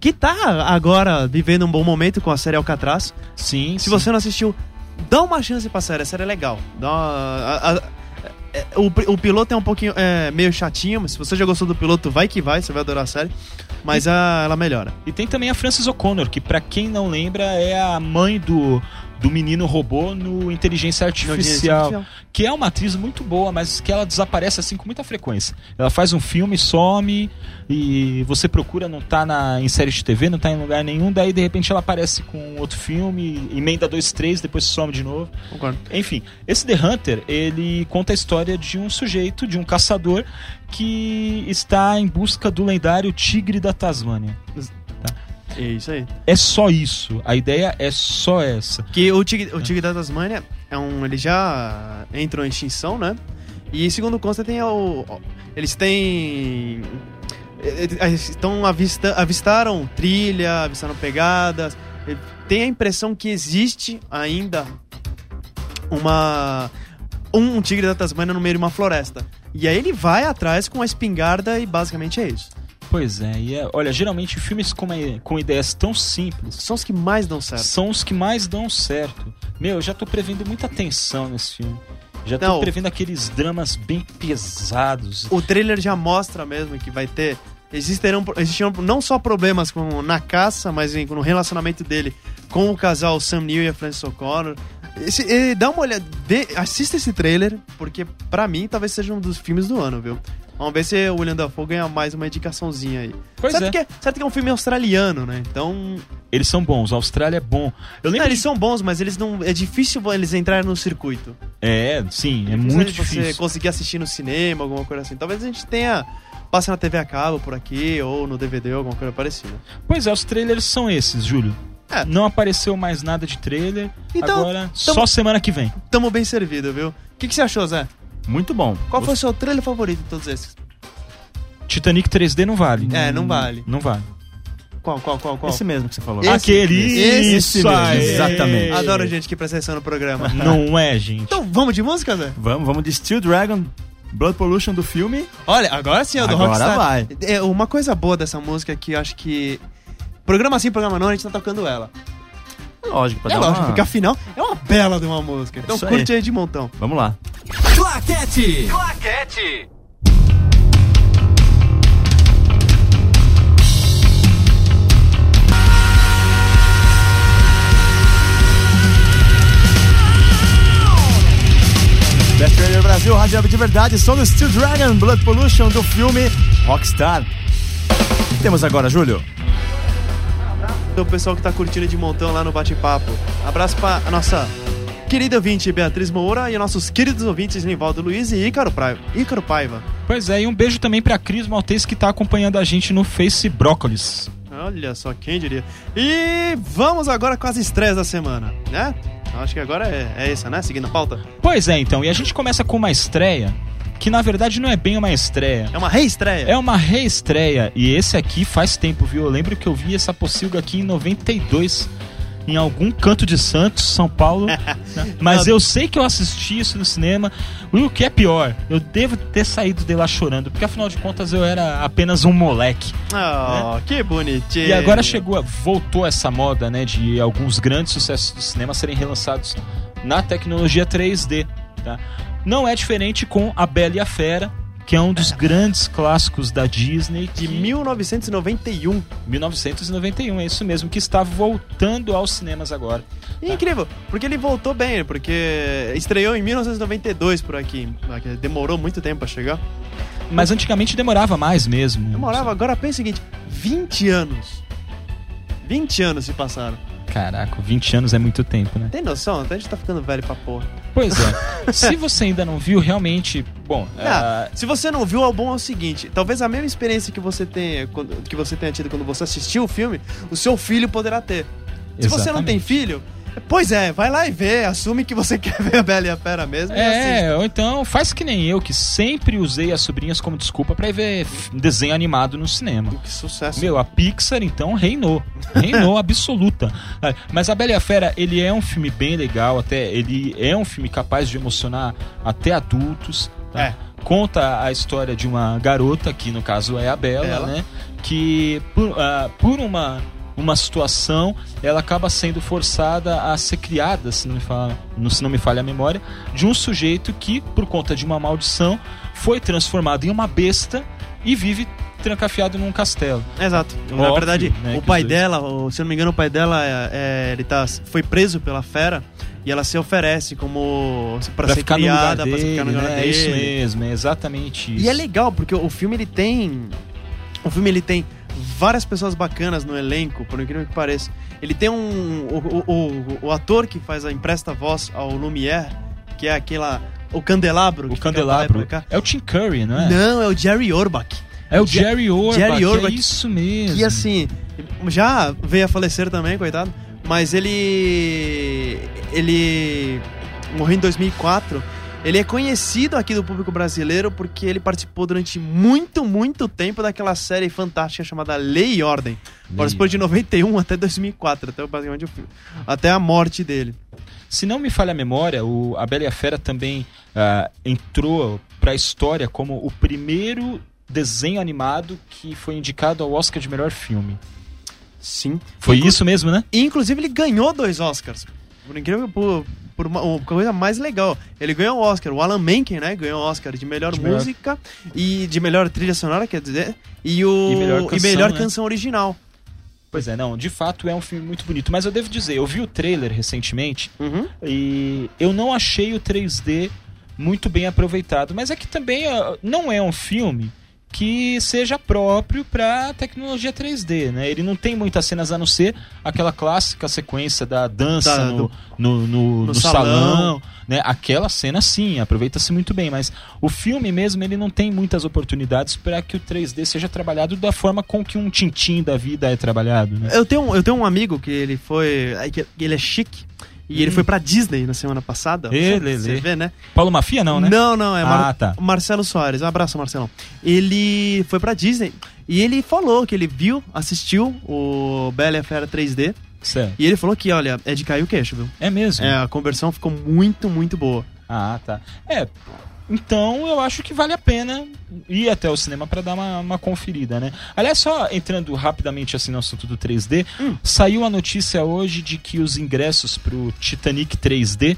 Speaker 3: que tá agora vivendo um bom momento com a série Alcatraz.
Speaker 4: Sim,
Speaker 3: Se
Speaker 4: sim.
Speaker 3: você não assistiu, dá uma chance pra série, a série é legal. Dá uma- a- a- é- o, pri- o piloto é um pouquinho é, meio chatinho, mas se você já gostou do piloto, vai que vai, você vai adorar a série. Mas a- ela melhora.
Speaker 4: E tem também a Frances O'Connor, que pra quem não lembra é a mãe do, do do menino robô no Inteligência Artificial,
Speaker 3: Artificial.
Speaker 4: que é uma atriz muito boa, mas que ela desaparece assim com muita frequência. Ela faz um filme, some e você procura, não tá na, em série de TV, não tá em lugar nenhum, daí de repente ela aparece com outro filme, emenda dois, três, depois some de novo.
Speaker 3: Concordo.
Speaker 4: Enfim, esse The Hunter, ele conta a história de um sujeito, de um caçador, que está em busca do lendário Tigre da Tasmânia.
Speaker 3: É isso aí.
Speaker 4: É só isso. A ideia é só essa.
Speaker 3: Que o Tigre, o tigre da Tasmânia é um. Ele já entrou em extinção, né? E segundo consta, tem o. o- Eles têm. eles Estão avista, avistaram trilha, avistaram pegadas. Tem a impressão que existe ainda uma. Um tigre da Tasmânia no meio de uma floresta. E aí ele vai atrás com a espingarda e basicamente é isso.
Speaker 4: Pois é, e é- olha, geralmente filmes com, uma- com ideias tão simples
Speaker 3: São os que mais dão certo.
Speaker 4: são os que mais dão certo. Meu, eu já tô prevendo muita tensão nesse filme. Já tô
Speaker 3: Não.
Speaker 4: prevendo aqueles dramas bem pesados.
Speaker 3: o trailer já mostra mesmo que vai ter. Existirão, existirão não só problemas com, na caça, mas em- no relacionamento dele com o casal Sam Neill e a Frances O'Connor. Esse- eh, dá uma olhada, vê- assista esse trailer, porque pra mim talvez seja um dos filmes do ano, viu? Vamos ver se o William Dafoe ganha mais uma indicaçãozinha aí.
Speaker 4: Pois
Speaker 3: certo,
Speaker 4: é.
Speaker 3: que certo que é um filme australiano, né? Então.
Speaker 4: Eles são bons, a Austrália é bom. Eu
Speaker 3: Não,
Speaker 4: lembro.
Speaker 3: eles são bons, mas eles não. É difícil eles entrarem no circuito.
Speaker 4: É, sim, é muito
Speaker 3: Se
Speaker 4: difícil.
Speaker 3: tipo, Você conseguir assistir no cinema, alguma coisa assim. Talvez a gente tenha. Passa na TV a cabo por aqui, ou no DVD, ou alguma coisa parecida.
Speaker 4: Pois é, os trailers são esses, Júlio.
Speaker 3: É.
Speaker 4: Não apareceu mais nada de trailer.
Speaker 3: Então,
Speaker 4: Agora,
Speaker 3: tamo-
Speaker 4: só semana que vem.
Speaker 3: Tamo bem servido, viu? O que, que você achou, Zé?
Speaker 1: Muito bom.
Speaker 3: Qual foi o seu trailer favorito de todos esses?
Speaker 4: Titanic 3D não vale.
Speaker 3: É, não vale.
Speaker 4: Não vale.
Speaker 3: Qual, qual, qual, qual?
Speaker 1: Esse mesmo que você falou.
Speaker 3: Esse-
Speaker 4: Aquele.
Speaker 3: esse- Hum.
Speaker 1: esse
Speaker 4: isso
Speaker 1: mesmo,
Speaker 4: aí.
Speaker 1: exatamente.
Speaker 3: Adoro gente que presta atenção no programa.
Speaker 4: Não é, gente.
Speaker 3: Então vamos de música, Zé?
Speaker 1: Vamos, vamos de Steel Dragon, Blood Pollution do filme.
Speaker 3: Olha, agora sim, eu do
Speaker 1: Agora
Speaker 3: Rockstar.
Speaker 1: vai.
Speaker 3: É, uma coisa boa dessa música é que eu acho que. Programa sim, programa não, a gente tá tocando ela.
Speaker 1: Lógico, pra
Speaker 3: É
Speaker 1: dar
Speaker 3: lógico,
Speaker 1: uma...
Speaker 3: porque afinal é uma bela de uma música. Então
Speaker 1: Isso aí.
Speaker 3: curte aí de montão.
Speaker 1: Vamos lá.
Speaker 2: Claquete.
Speaker 1: Best Radio Brasil, Rádio Web de Verdade, som do Steel Dragon, Blood Pollution do filme Rockstar. O que temos agora, Júlio?
Speaker 3: do pessoal que tá curtindo de montão lá no bate-papo. Abraço pra nossa querida ouvinte Beatriz Moura e nossos queridos ouvintes Nivaldo Luiz e Ícaro, Praiva. Ícaro Paiva.
Speaker 4: Pois é, e um beijo também pra Cris Maltês que tá acompanhando a gente no Face Brócolis.
Speaker 3: Olha só, quem diria. E vamos agora com as estreias da semana, né? Acho que agora é, é essa, né? Seguindo a pauta.
Speaker 4: Pois é, então, e a gente começa com uma estreia que na verdade não é bem uma estreia.
Speaker 3: É uma reestreia.
Speaker 4: É uma reestreia e esse aqui faz tempo, viu? Eu lembro que eu vi essa pocilga aqui em 92 em algum canto de Santos, São Paulo. né? Mas eu sei que eu assisti isso no cinema. E o que é pior, eu devo ter saído de lá chorando, porque afinal de contas eu era apenas um moleque.
Speaker 3: Oh, que bonitinho.
Speaker 4: E agora chegou, a- voltou essa moda, né, de alguns grandes sucessos do cinema serem relançados na tecnologia 3D, tá? Não é diferente com A Bela e a Fera, que é um dos grandes clássicos da Disney
Speaker 3: De
Speaker 4: que
Speaker 3: 1991.
Speaker 4: 1991, é isso mesmo, que está voltando aos cinemas agora.
Speaker 3: E é incrível, porque ele voltou bem, porque estreou em 1992 por aqui. Demorou muito tempo pra chegar.
Speaker 4: Mas antigamente demorava mais mesmo.
Speaker 3: Eu morava agora, pensa o seguinte: 20 anos. 20 anos se passaram.
Speaker 4: Caraca, 20 anos é muito tempo, né?
Speaker 3: Tem noção? Até a gente tá ficando velho pra porra.
Speaker 4: Pois é. Se você ainda não viu, realmente, bom, ah,
Speaker 3: Ah, se você não viu, o bom é o seguinte: talvez a mesma experiência que você tenha, quando- que você tenha tido quando você assistiu o filme, o seu filho poderá ter. Se você não tem
Speaker 4: exatamente.
Speaker 3: filho, pois é, vai lá e vê, assume que você quer ver a Bela e a Fera mesmo. e assiste.
Speaker 4: É, ou então faz que nem eu, que sempre usei as sobrinhas como desculpa pra ir ver f- desenho animado no cinema.
Speaker 3: Que sucesso.
Speaker 4: Meu, a Pixar então reinou. Reinou absoluta. Ah, Mas a Bela e a Fera, ele é um filme bem legal, até ele é um filme capaz de emocionar até adultos. tá?
Speaker 3: É.
Speaker 4: Conta a história de uma garota, que no caso é a Bela,
Speaker 3: Bela.
Speaker 4: né? Que por, ah, por uma, uma situação, ela acaba sendo forçada a ser criada, se não, me fala, no- se não me falha a memória, de um sujeito que, por conta de uma maldição, foi transformado em uma besta e vive trancafiado num castelo.
Speaker 3: Exato. Na
Speaker 4: Óbvio,
Speaker 3: verdade,
Speaker 4: né, que
Speaker 3: o
Speaker 4: os
Speaker 3: pai
Speaker 4: dois-
Speaker 3: dela, o- se eu não me engano, o pai dela é- é, ele tá, foi preso pela fera e ela se oferece como para
Speaker 4: Pra
Speaker 3: ser
Speaker 4: ficar
Speaker 3: criada,
Speaker 4: no lugar
Speaker 3: pra
Speaker 4: dele,
Speaker 3: ficar no lugar
Speaker 4: né?
Speaker 3: dele.
Speaker 4: É isso mesmo, é exatamente isso.
Speaker 3: E é legal porque o filme ele tem o filme ele tem várias pessoas bacanas no elenco, por incrível que pareça. Ele tem um o, o- o- o ator que faz a empresta voz ao Lumière, que é aquela o candelabro, que
Speaker 4: O
Speaker 3: fica pra lá e
Speaker 4: candelabro.
Speaker 3: pra cá.
Speaker 4: É o Tim Curry, não é?
Speaker 3: Não, é o Jerry Orbach.
Speaker 4: É o
Speaker 3: Je-
Speaker 4: Jerry Orbach.
Speaker 3: Jerry
Speaker 4: É
Speaker 3: Orbach,
Speaker 4: isso mesmo.
Speaker 3: Que assim, já veio a falecer também, coitado. Mas ele. Ele morreu em 2004. Ele é conhecido aqui do público brasileiro porque ele participou durante muito, muito tempo daquela série fantástica chamada Lei e Ordem. Participou de 91 até 2004, até basicamente o filme. Até a morte dele.
Speaker 4: Se não me falha a memória, o A Bela e a Fera também ah, entrou para a história como o primeiro desenho animado que foi indicado ao Oscar de melhor filme.
Speaker 3: Sim.
Speaker 4: Foi isso mesmo, né?
Speaker 3: E, inclusive, ele ganhou dois Oscars. Por incrível por, por uma, uma coisa mais legal. Ele ganhou o Oscar. O Alan Menken, né? Ganhou o Oscar de melhor
Speaker 4: De melhor-
Speaker 3: música e de melhor trilha sonora, quer dizer. E, o,
Speaker 4: E melhor canção,
Speaker 3: melhor
Speaker 4: né?
Speaker 3: canção original.
Speaker 4: Pois é, não, de fato é um filme muito bonito. Mas eu devo dizer, eu vi o trailer recentemente e eu não achei o 3D muito bem aproveitado. Mas é que também ah, não é um filme que seja próprio para tecnologia 3D, né? Ele não tem muitas cenas a não ser aquela clássica sequência da dança
Speaker 3: Da-
Speaker 4: no,
Speaker 3: do-
Speaker 4: no, no-
Speaker 3: no
Speaker 4: no salão,
Speaker 3: salão.
Speaker 4: né? Aquela cena sim, aproveita-se muito bem, mas o filme mesmo ele não tem muitas oportunidades para que o 3D seja trabalhado da forma com que um tintim da vida é trabalhado, né?
Speaker 3: Eu, tenho, um- eu tenho um amigo que ele foi. aí que Ele é chique. E ele foi
Speaker 4: Hum.
Speaker 3: pra Disney na semana passada.
Speaker 4: Ele,
Speaker 3: Você
Speaker 4: ele.
Speaker 3: vê, né?
Speaker 4: Paulo Mafia não, né?
Speaker 3: Não, não, é Mar-
Speaker 4: Ah, tá.
Speaker 3: Marcelo Soares. Um abraço, Marcelão. Ele foi pra Disney e ele falou que ele viu, assistiu o Bela e a Fera 3D.
Speaker 4: Certo.
Speaker 3: E ele falou que, olha, é de cair o queixo, viu?
Speaker 4: É mesmo.
Speaker 3: É, a conversão ficou muito, muito boa.
Speaker 4: Ah, tá. É. Então eu acho que vale a pena ir até o cinema pra dar uma, uma conferida, né? Aliás, só entrando rapidamente assim no assunto do 3D, saiu a notícia hoje de que os ingressos pro Titanic 3D,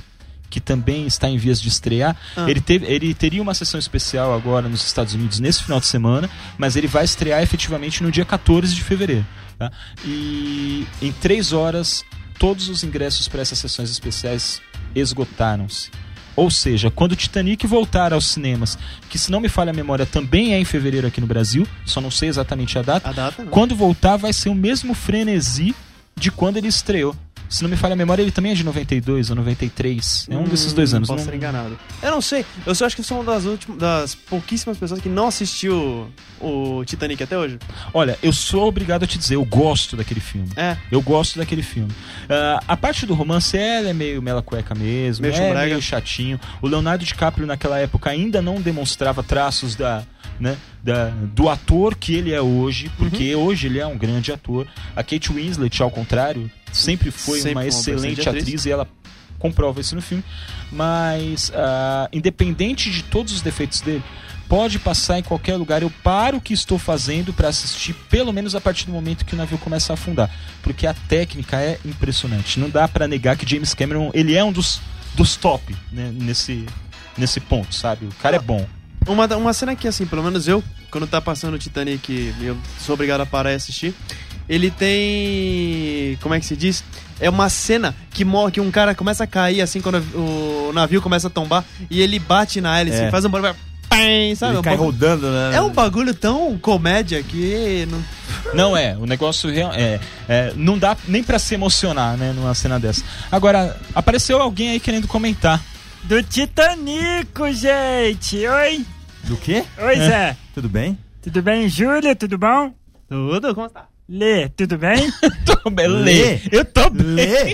Speaker 4: que também está em vias de estrear,
Speaker 3: Ah.
Speaker 4: ele, teve, ele teria uma sessão especial agora nos Estados Unidos nesse final de semana, mas ele vai estrear efetivamente no dia 14 de fevereiro. Tá? E em três horas, todos os ingressos para essas sessões especiais esgotaram-se. Ou seja, quando o Titanic voltar aos cinemas, que se não me falha a memória também é em fevereiro aqui no Brasil, só não sei exatamente a data,
Speaker 3: A data, né?
Speaker 4: quando voltar vai ser o mesmo frenesi de quando ele estreou. Se não me falha a memória, ele também é de 92 ou 93. É um desses dois
Speaker 3: Hum,
Speaker 4: anos.
Speaker 3: Posso
Speaker 4: não-
Speaker 3: ser enganado. Eu não sei. Eu só acho que sou uma das, últimas, das pouquíssimas pessoas que não assistiu o Titanic até hoje.
Speaker 4: Olha, eu sou obrigado a te dizer, eu gosto daquele filme.
Speaker 3: É.
Speaker 4: Eu gosto daquele filme. Ah, a parte do romance, ela é meio mela cueca mesmo,
Speaker 3: Meio
Speaker 4: é
Speaker 3: chumbrega.
Speaker 4: meio chatinho. O Leonardo DiCaprio naquela época ainda não demonstrava traços da, né, da- do ator que ele é hoje, porque
Speaker 3: Uhum.
Speaker 4: hoje ele é um grande ator. A Kate Winslet, ao contrário, sempre foi
Speaker 3: Sempre
Speaker 4: uma
Speaker 3: uma
Speaker 4: excelente
Speaker 3: bastante
Speaker 4: atriz.
Speaker 3: atriz.
Speaker 4: e ela comprova isso no filme. Mas, ah, independente de todos os defeitos dele, pode passar em qualquer lugar. Eu paro o que estou fazendo para assistir, pelo menos a partir do momento que o navio começa a afundar, porque a técnica é impressionante. Não dá para negar que James Cameron ele é um dos, dos top né, nesse nesse ponto, sabe? O cara é bom.
Speaker 3: Uma, da- uma cena que, assim, pelo menos eu, quando tá passando o Titanic, eu sou obrigado a parar e assistir. Ele tem. Como é que se diz? É uma cena que, mo- que um cara começa a cair, assim, quando o navio começa a tombar, e ele bate na hélice,
Speaker 1: É.
Speaker 3: faz um barulho. pam, Sabe?
Speaker 1: Ele
Speaker 3: Um
Speaker 1: cai
Speaker 3: bagulho-
Speaker 1: rodando, né?
Speaker 3: É um bagulho tão comédia que. Não...
Speaker 4: Não é, o negócio real- é, é, não dá nem para se emocionar, né, numa cena dessa. Agora apareceu alguém aí querendo comentar.
Speaker 6: Do Titanico, gente! Oi!
Speaker 1: Do quê? É.
Speaker 6: Oi, Zé!
Speaker 1: Tudo bem?
Speaker 6: Tudo bem, Júlia? Tudo bom?
Speaker 3: Tudo? Como tá?
Speaker 6: Lê, tudo bem?
Speaker 4: Tô bem,
Speaker 1: Lê.
Speaker 4: Eu tô bem.
Speaker 1: Lê!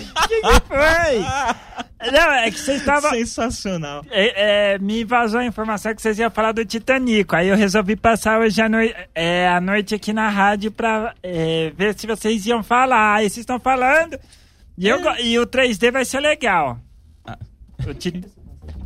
Speaker 6: Oi! Não, é que vocês estavam.
Speaker 4: Sensacional.
Speaker 6: É, é, me vazou a informação que vocês iam falar do Titanico. Aí eu resolvi passar hoje à noite, é, à noite aqui na rádio pra é, ver se vocês iam falar. Aí vocês estão falando. E, eu go- e o 3D vai ser legal. O Tit-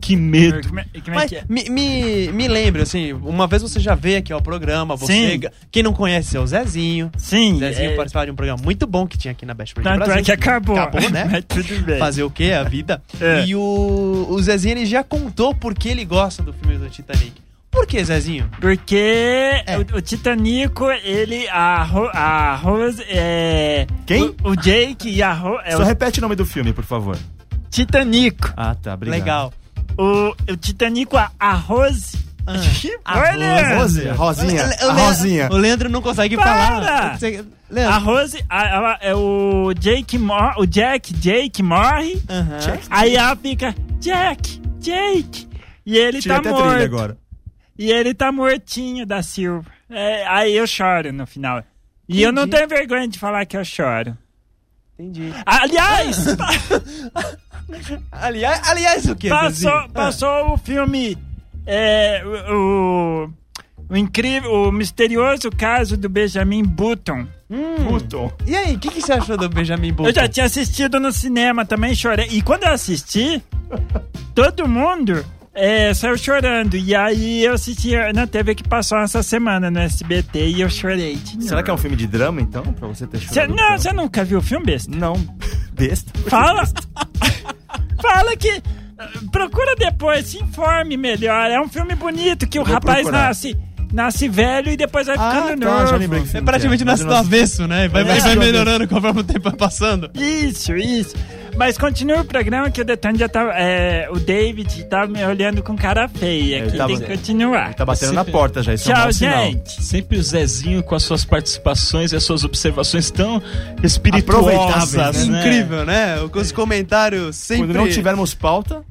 Speaker 4: Que medo.
Speaker 6: Como é, como é
Speaker 3: Ah. Mas
Speaker 6: que é?
Speaker 3: me, me, me lembra, assim, uma vez você já veio aqui ao programa, você.
Speaker 6: Sim.
Speaker 3: Quem não conhece é o Zezinho.
Speaker 6: Sim.
Speaker 3: Zezinho
Speaker 6: é,
Speaker 3: participava de um programa muito bom que tinha aqui na Best Brasil.
Speaker 6: tanto é que acabou.
Speaker 3: Acabou, né?
Speaker 6: Mas tudo bem.
Speaker 3: Fazer o quê? A vida.
Speaker 6: É.
Speaker 3: E o, o Zezinho ele já contou por que ele gosta do filme do Titanic. Por que, Zezinho?
Speaker 6: Porque
Speaker 1: É.
Speaker 6: o, o Titanico, ele, a, Ro- a Rose, é...
Speaker 1: Quem?
Speaker 6: O, o Jake e a Rose... É
Speaker 1: Só
Speaker 6: o
Speaker 1: repete o nome do filme, por favor.
Speaker 6: Titanico.
Speaker 1: Ah, tá. Obrigado.
Speaker 3: Legal.
Speaker 6: O, o Titanico, a, a Rose...
Speaker 1: A
Speaker 6: Olha!
Speaker 1: Rose, a Rosinha.
Speaker 3: Ah. Le- o
Speaker 1: A
Speaker 3: Le-
Speaker 1: Rosinha.
Speaker 3: O Leandro não consegue
Speaker 6: Para!
Speaker 3: falar. Você- Leandro.
Speaker 6: A Rose, a- ela- é o Jake morre, o Jack, Jake morre,
Speaker 3: Aham.
Speaker 1: É.
Speaker 6: aí ela fica, Jack, Jake, e ele
Speaker 1: Tira
Speaker 6: tá
Speaker 1: até trilha
Speaker 6: morto,
Speaker 1: agora.
Speaker 6: e ele tá mortinho da Silva, É, aí eu choro no final, e eu não
Speaker 3: Entendi.
Speaker 6: tenho vergonha de falar que eu choro.
Speaker 3: Entendi.
Speaker 6: Aliás, pa-
Speaker 3: Aliás, aliás o
Speaker 1: é
Speaker 3: que,
Speaker 1: Ah.
Speaker 6: passou, passou o filme, é, o, o- o incrível, o misterioso caso do Benjamin Button.
Speaker 1: Puton.
Speaker 3: E aí, o que, que você achou do Benjamin Button?
Speaker 6: Eu já tinha assistido no cinema também, chorei. E quando eu assisti, todo mundo é, saiu chorando. E aí eu assisti na TV que passou essa semana no SBT e eu chorei. de
Speaker 1: Será
Speaker 6: novo.
Speaker 1: que é um filme de drama, então? Pra você ter chorado?
Speaker 6: Cê- não,
Speaker 1: tanto?
Speaker 6: você nunca viu o filme besta?
Speaker 1: Não. Besta.
Speaker 6: Fala. fala que. Procura depois, se informe melhor. É um filme bonito que o
Speaker 1: Vou
Speaker 6: rapaz
Speaker 1: procurar.
Speaker 6: nasce, nasce velho e depois vai
Speaker 3: Ah,
Speaker 6: ficando
Speaker 1: tá, já
Speaker 6: novo.
Speaker 1: lembrei que
Speaker 3: É
Speaker 1: filme
Speaker 3: praticamente
Speaker 1: que
Speaker 3: nasce do
Speaker 1: Mas eu
Speaker 3: avesso, né? Vai, vai,
Speaker 1: É.
Speaker 3: vai melhorando conforme o tempo vai passando.
Speaker 6: Isso, isso. Mas continua o programa que o Detone já tá. é, o David tá me olhando com cara feia.
Speaker 1: Ele
Speaker 6: Que
Speaker 1: tá-
Speaker 6: tem que continuar.
Speaker 1: não- Tá batendo
Speaker 4: Esse-
Speaker 1: na porta já, isso é um
Speaker 6: Tchau,
Speaker 1: mau sinal.
Speaker 6: gente.
Speaker 4: Sempre o Zezinho com as suas participações e as suas observações tão espirituosas,
Speaker 1: Aproveitáveis,
Speaker 4: né?
Speaker 3: Incrível, né? Os comentários sempre.
Speaker 1: Quando não tivermos pauta,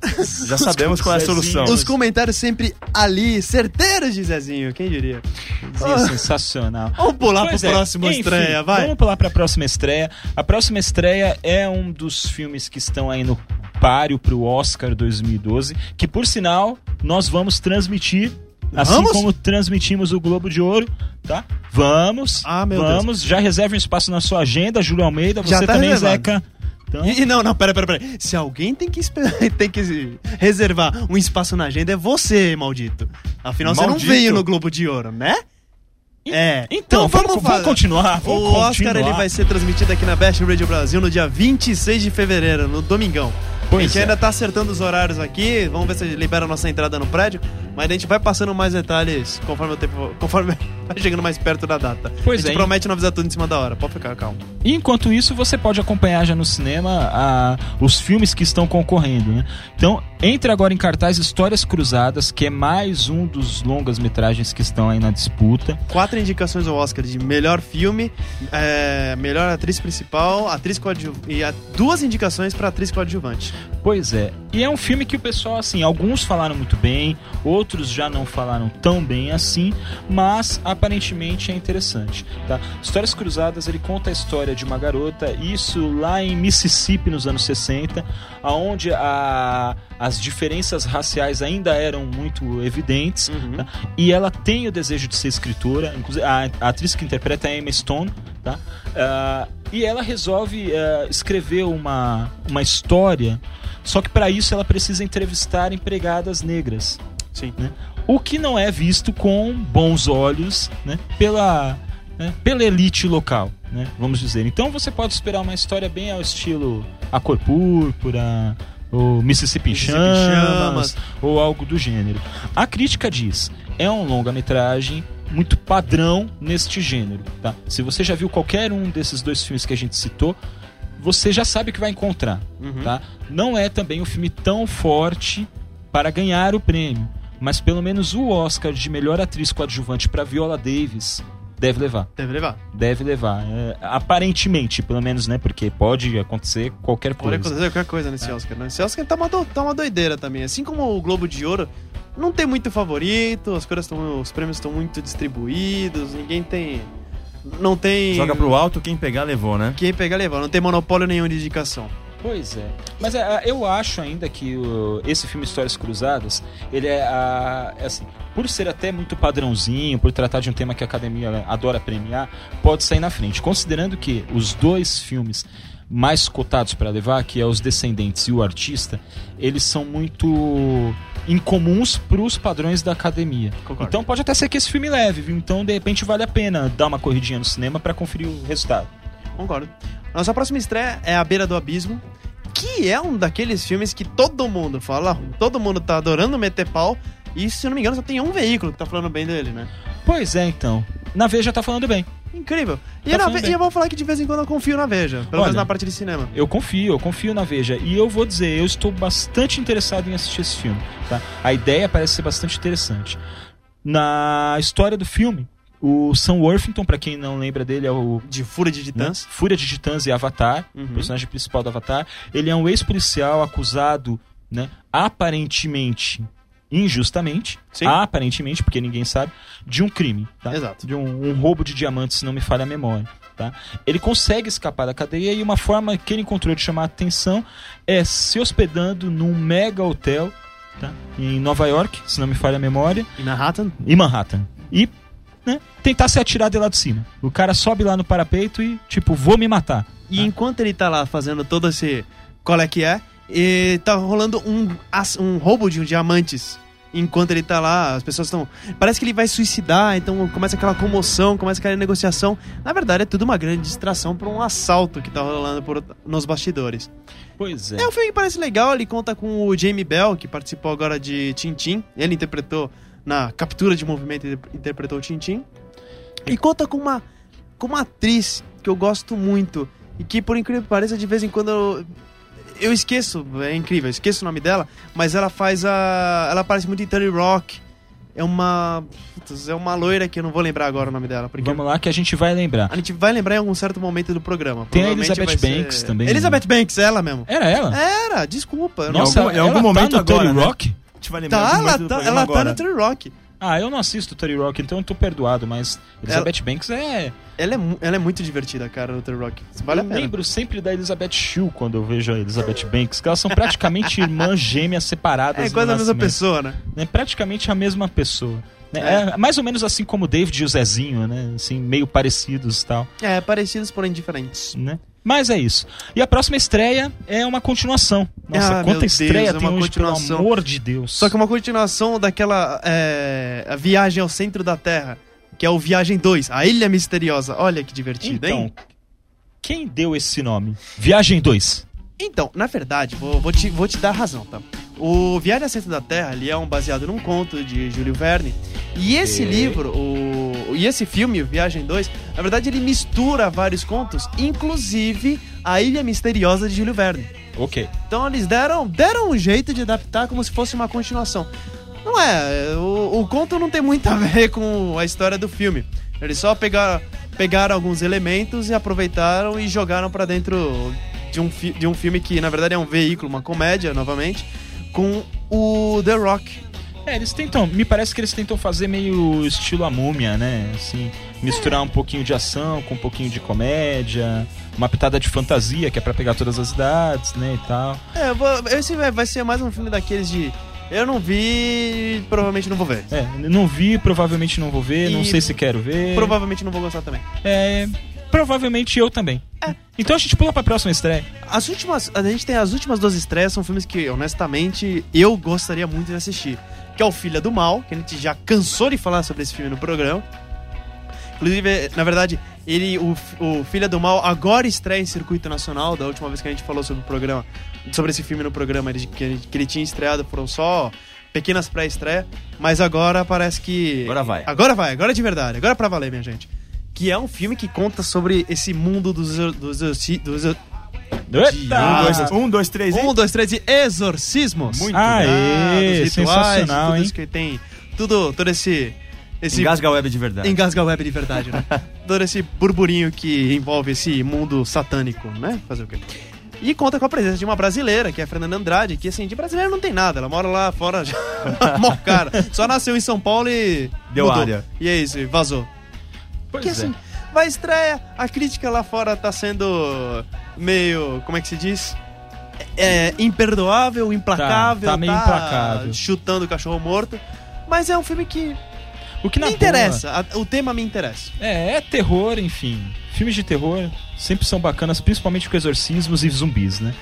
Speaker 1: já sabemos qual é a solução.
Speaker 3: Os comentários sempre ali, certeiros de Zezinho, quem diria?
Speaker 4: Zezinho sensacional.
Speaker 3: Vamos pular
Speaker 4: Pois
Speaker 3: pro
Speaker 4: é,
Speaker 3: próximo
Speaker 4: enfim,
Speaker 3: estreia, vai.
Speaker 4: Vamos pular pra próxima estreia. A próxima estreia é um dos filmes que estão aí no páreo pro Oscar 2012, que por sinal nós vamos transmitir Assim
Speaker 3: Vamos?
Speaker 4: como transmitimos o Globo de Ouro, tá? Vamos,
Speaker 3: Ah, meu Deus.
Speaker 4: vamos. Já reserve um espaço na sua agenda, Júlio Almeida,
Speaker 3: Já
Speaker 4: você
Speaker 3: tá
Speaker 4: também,
Speaker 3: reservado.
Speaker 4: Zeca. Então,
Speaker 3: E, e não, não, pera, pera, pera. Se alguém tem que, esper- tem que reservar um espaço na agenda, é você, maldito. Afinal, você
Speaker 1: Maldito?
Speaker 3: não veio no Globo de Ouro, né? É.
Speaker 4: então, vamos,
Speaker 3: falar.
Speaker 4: vamos continuar. Vamos
Speaker 3: O Oscar
Speaker 4: continuar.
Speaker 3: ele vai ser transmitido aqui na Best Radio Brasil no dia 26 de fevereiro, no domingão.
Speaker 4: Pois
Speaker 3: a gente
Speaker 4: é.
Speaker 3: ainda tá acertando os horários aqui, vamos ver se libera a nossa entrada no prédio, mas a gente vai passando mais detalhes conforme o tempo, conforme vai chegando mais perto da data.
Speaker 4: Pois
Speaker 3: a gente
Speaker 4: é,
Speaker 3: promete não avisar tudo em cima da hora, pode ficar calmo.
Speaker 4: E Enquanto isso, você pode acompanhar já no cinema a- os filmes que estão concorrendo, né? Então, entre agora em cartaz Histórias Cruzadas, que é mais um dos longas-metragens que estão aí na disputa.
Speaker 3: Quatro indicações ao Oscar de melhor filme, é, melhor atriz principal, atriz coadjuvante e a- duas indicações pra atriz coadjuvante.
Speaker 4: Pois é. E é um filme que o pessoal, assim, alguns falaram muito bem, outros já não falaram tão bem assim, mas aparentemente é interessante, tá? Histórias Cruzadas, ele conta a história de uma garota, isso lá em Mississippi nos anos 60, aonde a- as diferenças raciais ainda eram muito evidentes, tá?
Speaker 3: Uhum.
Speaker 4: e ela tem o desejo de ser escritora, inclusive a, a atriz que interpreta é a Emma Stone, tá? Ah, e ela resolve ah, escrever uma, uma história, só que para isso ela precisa entrevistar empregadas negras,
Speaker 3: Sim.
Speaker 4: né? o que não é visto com bons olhos né? pela, né? pela elite local, né? vamos dizer. Então você pode esperar uma história bem ao estilo A Cor Púrpura, o Mississippi em
Speaker 3: Mississippi
Speaker 4: Chamas,
Speaker 3: em Chamas.
Speaker 4: ou algo do gênero. A crítica diz: é um longa-metragem muito padrão neste gênero. Tá? Se você já viu qualquer um desses dois filmes que a gente citou, você já sabe o que vai encontrar.
Speaker 3: Uhum.
Speaker 4: Tá? Não é também um filme tão forte para ganhar o prêmio, mas pelo menos o Oscar de melhor atriz coadjuvante para Viola Davis deve levar.
Speaker 3: Deve levar.
Speaker 4: Deve levar. É, aparentemente, pelo menos, né? Porque pode acontecer qualquer
Speaker 3: Pode
Speaker 4: coisa.
Speaker 3: acontecer qualquer coisa nesse Oscar, né? Esse Oscar tá uma, do- tá uma doideira também. Assim como o Globo de Ouro, não tem muito favorito, as coisas estão. Os prêmios estão muito distribuídos, ninguém tem. Não tem.
Speaker 1: Joga pro alto, quem pegar levou, né?
Speaker 3: Quem pegar leva, não tem monopólio nenhum de indicação.
Speaker 4: Pois é. Mas é, eu acho ainda que o- esse filme Histórias Cruzadas, ele é, ah, é assim, por ser até muito padrãozinho, por tratar de um tema que a academia adora premiar, pode sair na frente. Considerando que os dois filmes mais cotados para levar, que é Os Descendentes e O Artista, eles são muito incomuns para os padrões da academia.
Speaker 3: Concordo.
Speaker 4: Então pode até ser que esse filme leve, viu? Então de repente vale a pena dar uma corridinha no cinema para conferir o resultado.
Speaker 3: Concordo. Nossa próxima estreia é A Beira do Abismo, que é um daqueles filmes que todo mundo fala, todo mundo tá adorando meter pau, E se eu não me engano, só tem um veículo que tá falando bem dele, né?
Speaker 4: Pois é, então. Na Veja tá falando bem.
Speaker 3: Incrível. E,
Speaker 4: Tá
Speaker 3: na
Speaker 4: falando
Speaker 3: Ve-
Speaker 4: bem.
Speaker 3: e eu vou falar que de vez em quando eu confio na Veja, pelo
Speaker 4: Olha.
Speaker 3: menos na parte de cinema.
Speaker 4: Eu confio, eu confio na Veja. E eu vou dizer, eu estou bastante interessado em assistir esse filme. Tá? A ideia parece ser bastante interessante. Na história do filme, o Sam Worthington, pra quem não lembra dele, é o
Speaker 3: De Fúria de
Speaker 4: né,
Speaker 3: Titãs.
Speaker 4: Fúria de Titãs e Avatar,
Speaker 3: Uhum.
Speaker 4: o personagem principal do Avatar. Ele é um ex-policial acusado, né, aparentemente, injustamente,
Speaker 3: Sim.
Speaker 4: aparentemente, porque ninguém sabe, de um crime. Tá?
Speaker 3: Exato.
Speaker 4: de um, um roubo de diamantes, se não me falha a memória. Tá? Ele consegue escapar da cadeia e uma forma que ele encontrou de chamar a atenção é se hospedando num mega hotel tá? em Nova York, se não me falha a memória,
Speaker 3: E na Manhattan.
Speaker 4: em Manhattan. E né, tentar se atirar de lá de cima. O cara sobe lá no parapeito e, tipo, vou me matar.
Speaker 3: E enquanto ele tá lá fazendo todo esse qual é que é, e tá rolando um, ass- um roubo de diamantes. Enquanto ele tá lá, as pessoas estão. Parece que ele vai suicidar, então começa aquela comoção, começa aquela negociação. Na verdade, é tudo uma grande distração pra um assalto que tá rolando por, nos bastidores.
Speaker 4: Pois
Speaker 3: É um filme que parece legal, ele conta com o Jamie Bell, que participou agora de Tintin. Ele interpretou na captura de movimento, ele interpretou o Tintin. E conta com uma, com uma atriz que eu gosto muito. E que, por incrível que pareça, de vez em quando eu, eu esqueço, é incrível, eu esqueço o nome dela, mas ela faz a. Ela aparece muito em 30 Rock. É uma. putz, é uma loira que eu não vou lembrar agora o nome dela. Porque
Speaker 4: Vamos lá que a gente vai lembrar.
Speaker 3: a gente vai lembrar em algum certo momento do programa.
Speaker 4: Tem a
Speaker 3: Provavelmente
Speaker 4: Elizabeth
Speaker 3: vai ser-
Speaker 4: Banks também, né?
Speaker 3: Elizabeth Banks, ela mesmo.
Speaker 4: Era ela?
Speaker 3: Era, desculpa. eu não
Speaker 4: Nossa,
Speaker 1: Em algum- em
Speaker 4: ela
Speaker 1: algum momento
Speaker 4: tá no Tony
Speaker 1: agora, né?
Speaker 4: Rock?
Speaker 1: A gente vai lembrar
Speaker 3: Tá,
Speaker 1: de muito
Speaker 3: ela
Speaker 1: do
Speaker 3: tá,
Speaker 1: programa
Speaker 3: ela tá
Speaker 1: agora.
Speaker 3: no Tree Rock.
Speaker 4: Ah, eu não assisto Tony Rock, então eu tô perdoado, mas Elizabeth Banks é
Speaker 3: Ela é, mu- ela é muito divertida, cara, no Tree Rock. Isso Vale a
Speaker 4: eu
Speaker 3: pena.
Speaker 4: lembro sempre da Elizabeth Shue quando eu vejo a Elizabeth Banks, que elas são praticamente irmãs gêmeas separadas.
Speaker 3: É
Speaker 4: no
Speaker 3: quase a mesma
Speaker 4: nascimento,
Speaker 3: pessoa, né?
Speaker 4: Né? Praticamente a mesma pessoa. né?
Speaker 3: É.
Speaker 4: É. mais ou menos assim como o David e o Zezinho, né? Assim, meio parecidos e tal,
Speaker 3: É, parecidos, porém diferentes.
Speaker 4: né? Mas é isso. E a próxima estreia é uma continuação. Nossa,
Speaker 3: Ah, meu
Speaker 4: quanta estreia
Speaker 3: Deus, é
Speaker 4: tem
Speaker 3: uma
Speaker 4: hoje, pelo
Speaker 3: continuação.
Speaker 4: amor de Deus.
Speaker 3: Só que é uma continuação daquela é, a viagem ao centro da Terra, que é o Viagem 2, a Ilha Misteriosa. Olha que divertido,
Speaker 4: Então,
Speaker 3: hein?
Speaker 4: quem deu esse nome? Viagem 2.
Speaker 3: Então, na verdade, vou, vou te, vou te dar razão, tá? O Viagem ao Centro da Terra, ele é um baseado num conto de Júlio Verne. E esse livro, o, e esse filme, o Viagem 2, na verdade ele mistura vários contos, inclusive A Ilha Misteriosa de Júlio Verne.
Speaker 4: Ok.
Speaker 3: Então eles deram, deram um jeito de adaptar como se fosse uma continuação. Não é, o, o conto não tem muito a ver com a história do filme. Eles só pegaram, pegaram alguns elementos e aproveitaram e jogaram pra dentro de um, fi- de um filme que, na verdade, é um veículo, uma comédia, novamente, com o The Rock.
Speaker 4: É, eles tentam. Me parece que eles tentam fazer meio estilo a múmia, né? Assim, misturar um pouquinho de ação com um pouquinho de comédia, uma pitada de fantasia, que é pra pegar todas as idades, né? E tal.
Speaker 3: É, eu vou- esse vai vai ser mais um filme daqueles de. Eu não vi, provavelmente não vou ver.
Speaker 4: É, não vi, provavelmente não vou ver, não
Speaker 3: E-
Speaker 4: sei se quero ver.
Speaker 3: Provavelmente não vou gostar também.
Speaker 4: É, provavelmente eu também.
Speaker 3: É.
Speaker 4: Então a gente pula pra próxima estreia.
Speaker 3: As últimas, a gente tem as últimas duas estreias, são filmes que, honestamente, eu gostaria muito de assistir. Que é o Filha do Mal, que a gente já cansou de falar sobre esse filme no programa. Inclusive, eh, na verdade, ele, o, F- o Filha do Mal agora estreia em circuito nacional. Da última vez que a gente falou sobre o programa, sobre esse filme no programa, ele- que, ele- que ele tinha estreado, foram só pequenas pré-estreias. Mas agora parece que...
Speaker 1: Agora vai.
Speaker 3: Agora vai, agora de verdade, agora é pra valer, minha gente. Que é um filme que conta sobre esse mundo dos, exor- dos, exorci- dos, exor-
Speaker 1: Um,
Speaker 4: Eita!
Speaker 1: dois, um, dois, três
Speaker 3: um,
Speaker 1: e...
Speaker 3: dois, três e exorcismos.
Speaker 1: Muito
Speaker 4: Aê,
Speaker 3: dos rituais, de
Speaker 4: sensacional,
Speaker 3: tudo
Speaker 4: hein?
Speaker 3: isso que tem. Tudo, todo esse. esse
Speaker 1: Engasga a web de verdade.
Speaker 3: engasga web de verdade, né? todo esse burburinho que envolve esse mundo satânico, né? Fazer o quê? E conta com a presença de uma brasileira, que é a Fernanda Andrade, que assim, de brasileira não tem nada, ela mora lá fora já. Mó cara. Só nasceu em São Paulo e.
Speaker 1: Deu
Speaker 3: mudou.
Speaker 1: área.
Speaker 3: E é isso, e vazou.
Speaker 4: é.
Speaker 3: Porque assim, vai estreia, a crítica lá fora tá sendo meio. como é que se diz? É, imperdoável, implacável,
Speaker 4: Tá, tá meio implacável.
Speaker 3: chutando o cachorro morto. Mas é um filme que
Speaker 4: O que na
Speaker 3: me
Speaker 4: boa-
Speaker 3: interessa, a- o tema me interessa.
Speaker 4: É, é terror, enfim. Filmes de terror sempre são bacanas, principalmente com exorcismos e zumbis, né?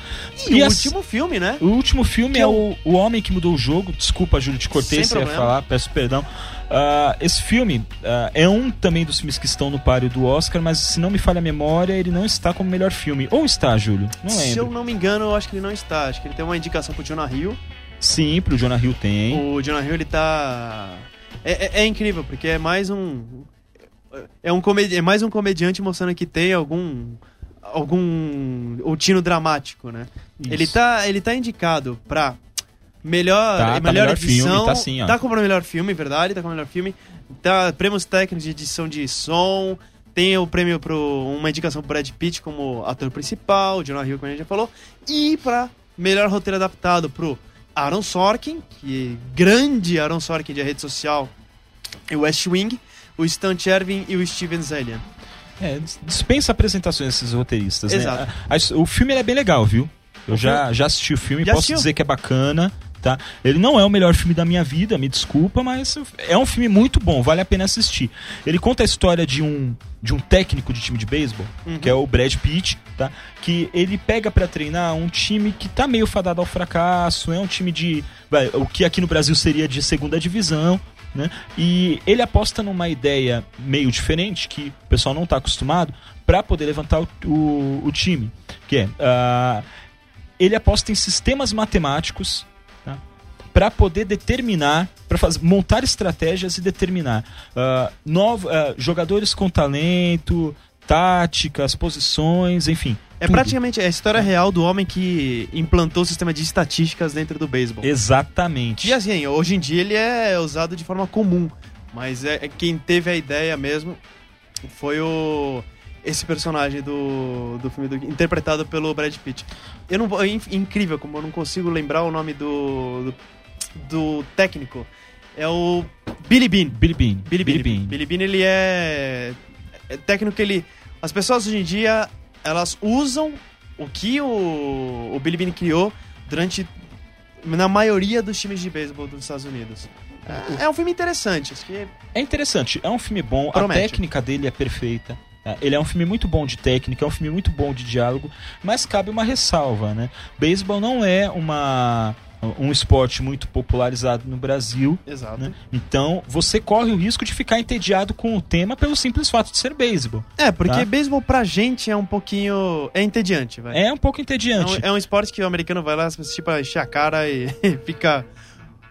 Speaker 3: E,
Speaker 4: E
Speaker 3: o
Speaker 4: as-
Speaker 3: último filme, né?
Speaker 4: O último filme
Speaker 3: Que
Speaker 4: é
Speaker 3: eu-
Speaker 4: o, o Homem que Mudou o Jogo. Desculpa, Júlio, te
Speaker 3: Sem
Speaker 4: cortei se eu ia
Speaker 3: problema.
Speaker 4: falar, peço perdão. Ah, esse filme ah, é um também dos filmes que estão no páreo do Oscar, mas se não me falha a memória, ele não está como melhor filme. Ou está, Júlio? Não
Speaker 3: Se eu
Speaker 4: lembro.
Speaker 3: não me engano, eu acho que ele não está. Acho que ele tem uma indicação pro Jonah Hill.
Speaker 4: Sim, pro Jonah Hill tem.
Speaker 3: O Jonah Hill, ele tá. É, é- é incrível, porque é mais um. É, um comedi... é mais um comediante mostrando que tem algum. algum. o tino dramático, né?
Speaker 4: Isso.
Speaker 3: Ele tá, ele tá indicado pra melhor,
Speaker 4: Tá, tá
Speaker 3: melhor,
Speaker 4: melhor
Speaker 3: edição.
Speaker 4: filme, tá sim, ó.
Speaker 3: Tá como melhor filme, verdade, tá como melhor filme. Tá prêmios técnicos de edição de som. Tem o prêmio pro uma indicação pro Brad Pitt como ator principal, o Jonah Hill, como a gente já falou. E pra melhor roteiro adaptado pro Aaron Sorkin, que é grande Aaron Sorkin de rede social e West Wing, o Stan Chervin e o Steven Zalian.
Speaker 4: É, dis- dispensa apresentações desses roteiristas,
Speaker 3: Exato.
Speaker 4: né? A- a- o filme ele é bem legal, viu? Eu já, já assisti o filme,
Speaker 3: Já
Speaker 4: posso
Speaker 3: assistiu?
Speaker 4: dizer que é bacana, tá? Ele não é o melhor filme da minha vida, me desculpa, mas é um filme muito bom, vale a pena assistir. Ele conta a história de um, de um técnico de time de beisebol,
Speaker 3: Uhum.
Speaker 4: que é o Brad Pitt, tá? Que ele pega pra treinar um time que tá meio fadado ao fracasso, é um time de. vai, o que aqui no Brasil seria de segunda divisão, né? E ele aposta numa ideia meio diferente, que o pessoal não tá acostumado, pra poder levantar o, o- o time. Que é. ah, ele aposta em sistemas matemáticos tá? para poder determinar, para montar estratégias e determinar ah, novo- ah, jogadores com talento, táticas, posições, enfim.
Speaker 3: É
Speaker 4: tudo.
Speaker 3: praticamente a história real do homem que implantou o sistema de estatísticas dentro do beisebol.
Speaker 4: Exatamente.
Speaker 3: E assim, hoje em dia ele é usado de forma comum, mas é, é quem teve a ideia mesmo foi o esse personagem do, do filme do, interpretado pelo Brad Pitt. Eu não vou, é in- incrível como eu não consigo lembrar o nome do do, do técnico. É o Billy Bean.
Speaker 4: Billy Bean.
Speaker 3: Billy Bean. Billy Bean,
Speaker 4: Bean.
Speaker 3: ele é... é técnico que ele... As pessoas hoje em dia, elas usam o que o, o Billy Bean criou durante... Na maioria dos times de beisebol dos Estados Unidos. É- É um filme interessante. Acho que
Speaker 4: É interessante, é um filme bom,
Speaker 3: Promete.
Speaker 4: a técnica dele é perfeita. tá? Ele é um filme muito bom de técnica, é um filme muito bom de diálogo, mas cabe uma ressalva, né? Beisebol não é uma, um esporte muito popularizado no Brasil,
Speaker 3: Exato.
Speaker 4: né? Então, você corre o risco de ficar entediado com o tema pelo simples fato de ser beisebol.
Speaker 3: É, porque
Speaker 4: Tá.
Speaker 3: beisebol pra gente é um pouquinho... É entediante, vai.
Speaker 4: É um pouco
Speaker 3: É
Speaker 4: entediante.
Speaker 3: um, é um esporte que o americano vai lá assistir pra encher a cara e fica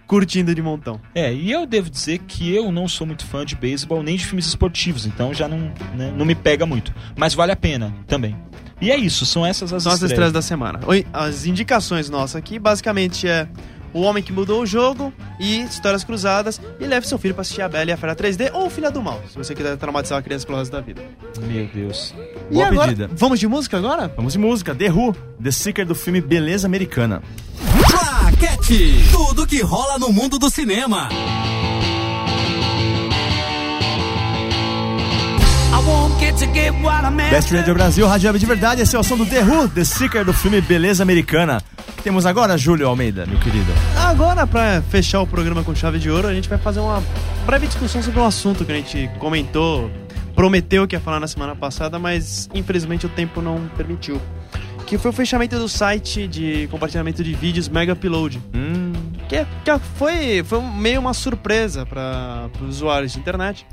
Speaker 3: curtindo de montão.
Speaker 4: É, e eu devo dizer que eu não sou muito fã de beisebol nem de filmes esportivos, então já não, né, não me pega muito. Mas vale a pena também. E é isso, são essas as
Speaker 3: Nossas
Speaker 4: estreias.
Speaker 3: estrelas da semana. Oi, As indicações nossas aqui basicamente é O Homem que Mudou o Jogo e Histórias Cruzadas e leve seu filho pra assistir a Bela e a Fera 3D ou Filha do Mal, se você quiser traumatizar a criança pelo resto da vida.
Speaker 4: Meu Deus.
Speaker 1: Boa
Speaker 3: e agora,
Speaker 1: pedida.
Speaker 3: vamos de música agora?
Speaker 1: Vamos de música. The Who, The Secret do filme Beleza Americana.
Speaker 2: Claquete. Tudo que rola no mundo do cinema.
Speaker 1: Best Radio Brasil, Rádio Web de Verdade, esse é o som do The Who, The Secret do filme Beleza Americana. O que temos agora, Júlio Almeida, meu querido?
Speaker 3: Agora, pra fechar o programa com chave de ouro, a gente vai fazer uma breve discussão sobre um assunto que a gente comentou, prometeu que ia falar na semana passada, mas infelizmente o tempo não permitiu. Que foi o fechamento do site de compartilhamento de vídeos Mega Upload.
Speaker 1: Hum,
Speaker 3: que, é, que foi, foi meio uma surpresa para os usuários de internet,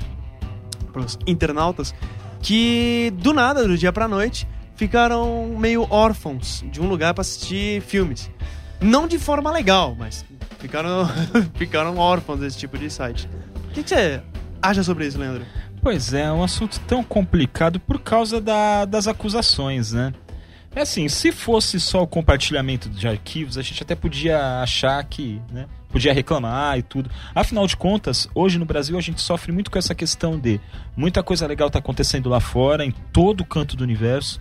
Speaker 3: para os internautas, que do nada, do dia para noite, ficaram meio órfãos de um lugar para assistir filmes. Não de forma legal, mas ficaram, ficaram órfãos desse tipo de site. O que, que você acha sobre isso, Leandro?
Speaker 4: Pois é, é um assunto tão complicado por causa da- das acusações, né? É assim, se fosse só o compartilhamento de arquivos, a gente até podia achar que, né? Podia reclamar e tudo. Afinal de contas, hoje no Brasil a gente sofre muito com essa questão de muita coisa legal tá acontecendo lá fora, em todo canto do universo.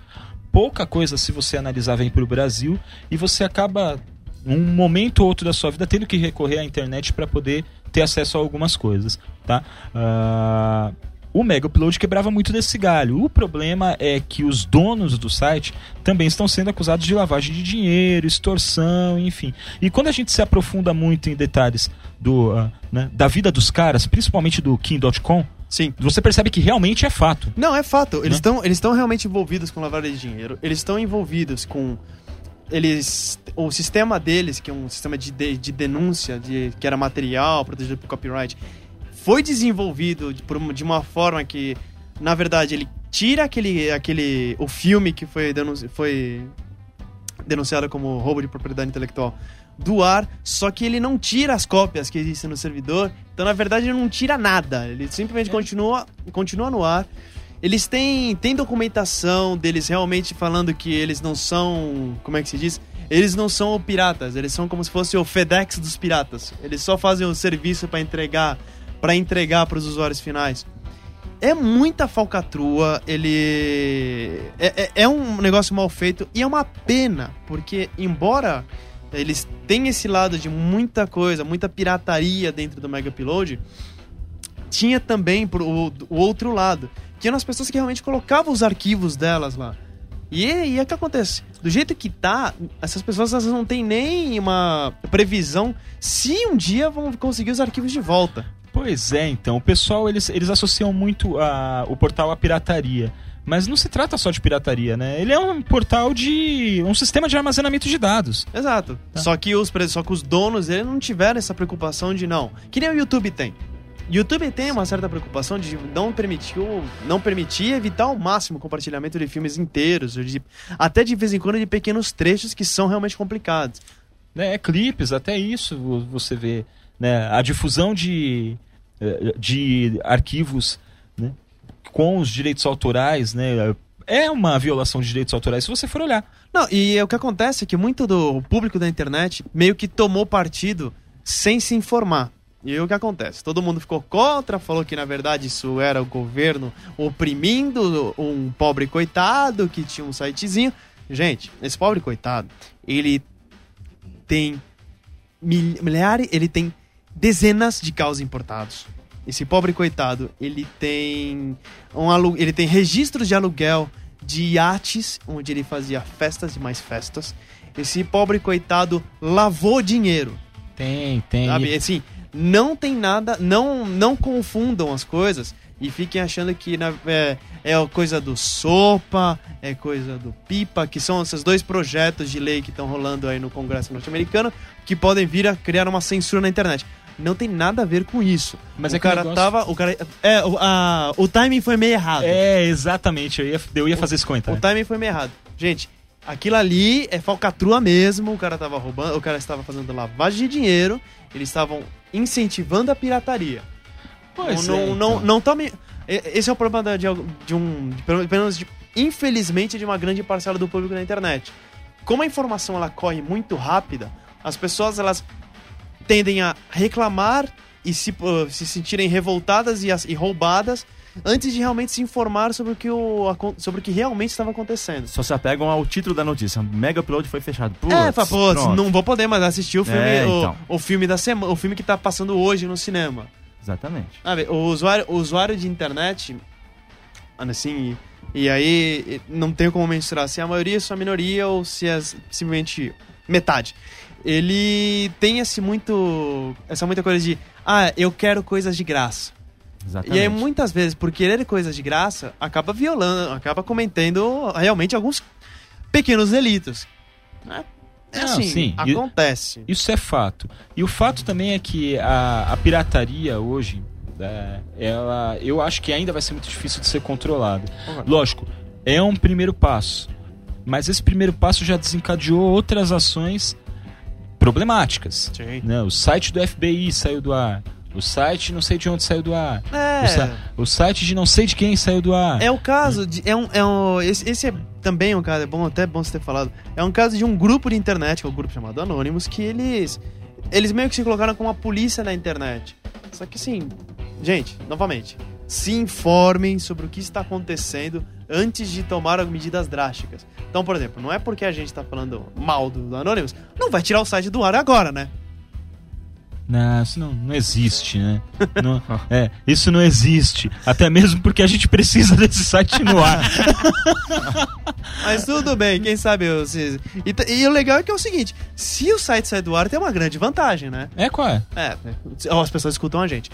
Speaker 4: Pouca coisa, se você analisar, vem pro Brasil e você acaba, um momento ou outro da sua vida, tendo que recorrer à internet para poder ter acesso a algumas coisas, tá? Ah, o Mega Upload quebrava muito desse galho. O problema é que os donos do site também estão sendo acusados de lavagem de dinheiro, extorsão, enfim. E quando a gente se aprofunda muito em detalhes do, ah, né, da vida dos caras, principalmente do Kim.com,
Speaker 3: Sim.
Speaker 4: você percebe que realmente é fato.
Speaker 3: Não, é fato. Eles
Speaker 4: Né?
Speaker 3: estão eles estão realmente envolvidos com lavagem de dinheiro. Eles estão envolvidos com eles o sistema deles, que é um sistema de, de, de denúncia, de que era material protegido por copyright, foi desenvolvido de, por uma- de uma forma que, na verdade, ele tira aquele aquele o filme que foi denunci, foi denunciado como roubo de propriedade intelectual do ar, só que ele não tira as cópias que existem no servidor. Então, na verdade, ele não tira nada. Ele simplesmente continua, continua no ar. Eles têm, têm documentação deles realmente falando que eles não são. Como é que se diz? Eles não são piratas, eles são como se fosse o FedEx dos piratas. Eles só fazem o serviço para entregar para entregar para os usuários finais. É muita falcatrua, ele. É, é- é um negócio mal feito e é uma pena, porque embora eles tenham esse lado de muita coisa, muita pirataria dentro do Mega Upload, tinha também pro, o, o outro lado, que eram as pessoas que realmente colocavam os arquivos delas lá. E, e é o que acontece. Do jeito que tá, essas pessoas elas não têm nem uma previsão se um dia vão conseguir os arquivos de volta.
Speaker 4: Pois é, então. O pessoal, eles, eles associam muito a, o portal à pirataria. Mas não se trata só de pirataria, né? Ele é um portal de. um sistema de armazenamento de dados.
Speaker 3: Exato. Só que os pre- só que os donos dele não tiveram essa preocupação de não. Que nem o YouTube tem. YouTube tem uma certa preocupação de não permitiu, não permitir evitar ao máximo o compartilhamento de filmes inteiros, ou de- até de vez em quando de pequenos trechos que são realmente complicados.
Speaker 4: Né? Clipes, até isso vo- você vê. Né? A difusão de, eh, de arquivos né? com os direitos autorais, né? É uma violação de direitos autorais se você for olhar.
Speaker 3: Não, e é o que acontece é que muito do público da internet meio que tomou partido sem se informar. E aí o que acontece? Todo mundo ficou contra, falou que na verdade isso era o governo oprimindo um pobre coitado que tinha um sitezinho. Gente, esse pobre coitado, ele tem mil- milhares, ele tem dezenas de caos importados. Esse pobre coitado, ele tem um alu, ele tem registros de aluguel de iates, onde ele fazia festas e mais festas. Esse pobre coitado lavou dinheiro,
Speaker 4: Tem, tem.
Speaker 3: sabe? Assim, não tem nada, não não confundam as coisas e fiquem achando que na- é, é a coisa do Sopa, é coisa do Pipa, que são esses dois projetos de lei que estão rolando aí no Congresso norte-americano, que podem vir a criar uma censura na internet. Não tem nada a ver com isso.
Speaker 4: Mas
Speaker 3: o
Speaker 4: é que o
Speaker 3: cara
Speaker 4: negócio-
Speaker 3: tava, o cara, é, o, a- o timing foi meio errado.
Speaker 4: É, exatamente. Eu ia, eu ia fazer esse
Speaker 3: O
Speaker 4: comentário.
Speaker 3: timing foi meio errado. Gente, aquilo ali é falcatrua mesmo. O cara tava roubando, o cara estava fazendo lavagem de dinheiro. Eles estavam incentivando a pirataria.
Speaker 4: Pois
Speaker 3: não, não,
Speaker 4: é, então.
Speaker 3: não, não tome. e- Esse é o problema da- de, algu- de um. de pelo pelo menos, de- infelizmente, de uma grande parcela do público na internet. Como a informação ela corre muito rápida, as pessoas elas tendem a reclamar e se, uh, se sentirem revoltadas e, as- e roubadas antes de realmente se informar sobre o que, o, acon- sobre o que realmente estava acontecendo.
Speaker 1: Só se apegam ao título da notícia. Mega Upload foi fechado. Putz,
Speaker 3: É, fala, pô,
Speaker 1: pronto.
Speaker 3: não vou poder mais assistir o filme,
Speaker 1: É,
Speaker 3: o-
Speaker 1: então.
Speaker 3: o, filme da semana, o filme que tá passando hoje no cinema.
Speaker 1: Exatamente.
Speaker 3: Sabe, Ah, o usuário, o usuário de internet, assim, e, e aí e não tem como mensurar se é a maioria, se é a minoria ou se é simplesmente metade. Ele tem esse muito, essa muita coisa de, ah, eu quero coisas de graça.
Speaker 1: Exatamente.
Speaker 3: E aí muitas vezes, por querer coisas de graça, acaba violando, acaba cometendo realmente alguns pequenos delitos. É, é
Speaker 4: Não,
Speaker 3: assim,
Speaker 4: sim. E-
Speaker 3: acontece.
Speaker 4: Isso é fato. E o fato também é que a, a pirataria hoje, né, ela, eu acho que ainda vai ser muito difícil de ser controlada. Lógico, é um primeiro passo. Mas esse primeiro passo já desencadeou outras ações problemáticas.
Speaker 3: Sim.
Speaker 4: Né? O site do FBI saiu do ar. O site não sei de onde saiu do ar. O,
Speaker 3: É.
Speaker 4: sa- o site de não sei de quem saiu do ar.
Speaker 3: É o caso de. É um, é um, esse, esse é também um caso, é bom, até bom você ter falado. É um caso de um grupo de internet, que é um grupo chamado Anonymous, que eles. Eles meio que se colocaram como a polícia da internet. Só que assim, gente, novamente, se informem sobre o que está acontecendo antes de tomar medidas drásticas. Então, por exemplo, não é porque a gente está falando mal do, do Anonymous, não vai tirar o site do ar agora, né?
Speaker 4: Não, isso não, não existe, né? Não- é, isso não existe. Até mesmo porque a gente precisa desse site no ar.
Speaker 3: Mas tudo bem, quem sabe eu. se- e, t- e o legal é que é o seguinte: se o site sai do ar, tem uma grande vantagem, né?
Speaker 4: É qual é?
Speaker 3: É, ó, as pessoas escutam a gente.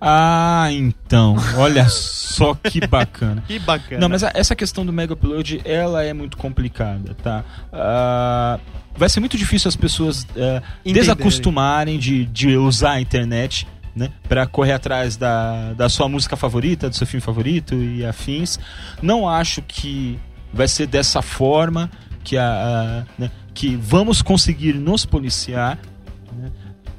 Speaker 4: Ah, então. Olha só que bacana.
Speaker 3: Que bacana.
Speaker 4: Não, mas a- essa questão do mega upload, ela é muito complicada, tá? Ah, vai ser muito difícil as pessoas ah,
Speaker 3: Entenderem.
Speaker 4: desacostumarem de, de usar a internet, né? Pra correr atrás da, da sua música favorita, do seu filme favorito e afins. Não acho que vai ser dessa forma que, a, a, né, que vamos conseguir nos policiar. né?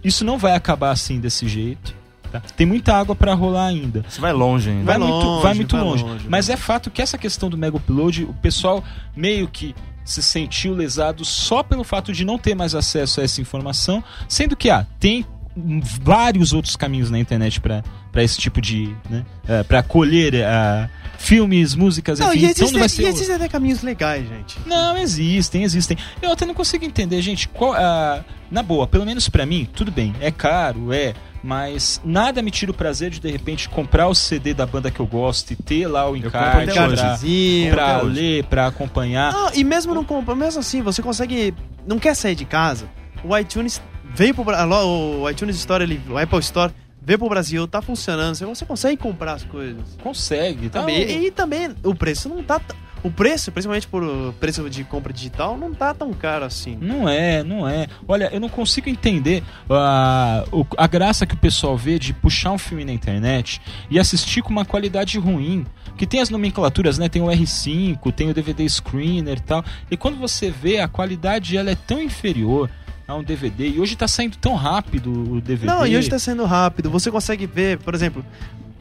Speaker 4: Isso não vai acabar assim desse jeito. tá? Tem muita água para rolar ainda.
Speaker 1: Isso vai longe ainda.
Speaker 4: Vai,
Speaker 3: Vai
Speaker 4: muito,
Speaker 3: longe,
Speaker 4: vai muito
Speaker 3: vai
Speaker 4: longe.
Speaker 3: longe,
Speaker 4: Mas é fato que essa questão do mega upload, o pessoal meio que se sentiu lesado só pelo fato de não ter mais acesso a essa informação, sendo que ah, tem hum, vários outros caminhos na internet para esse tipo de. Né, para colher ah, filmes, músicas,
Speaker 3: Não,
Speaker 4: enfim.
Speaker 3: e
Speaker 4: então
Speaker 3: existem,
Speaker 4: não vai ser
Speaker 3: e
Speaker 4: o-
Speaker 3: existem até caminhos legais, gente.
Speaker 4: não, existem, existem. Eu até não consigo entender, gente. Qual, ah, na boa, pelo menos pra mim, tudo bem. É caro, é. Mas nada me tira o prazer de, de repente, comprar o CD da banda que eu gosto e ter lá o
Speaker 1: compro
Speaker 4: encarte
Speaker 1: até hoje.
Speaker 4: pra,
Speaker 3: Cardzinho,
Speaker 4: pra
Speaker 3: até hoje.
Speaker 4: ler, pra acompanhar.
Speaker 3: Não, e mesmo não compra, mesmo assim, você consegue. Não quer sair de casa? O iTunes veio pro Brasil. O iTunes Store, ele, o Apple Store veio pro Brasil, tá funcionando. Você- Você consegue comprar as coisas.
Speaker 4: Consegue, tá?
Speaker 3: Também, e, também o preço não tá. t- O preço, principalmente por o preço de compra digital, não tá tão caro assim.
Speaker 4: Não é, não é. Olha, eu não consigo entender ah, o- a, graça que o pessoal vê de puxar um filme na internet e assistir com uma qualidade ruim. Que tem as nomenclaturas, né? Tem o R5, tem o DVD screener e tal. E quando você vê, a qualidade ela é tão inferior a um DVD. E hoje tá saindo tão rápido o DVD.
Speaker 3: Não, e hoje tá sendo rápido. Você consegue ver, por exemplo,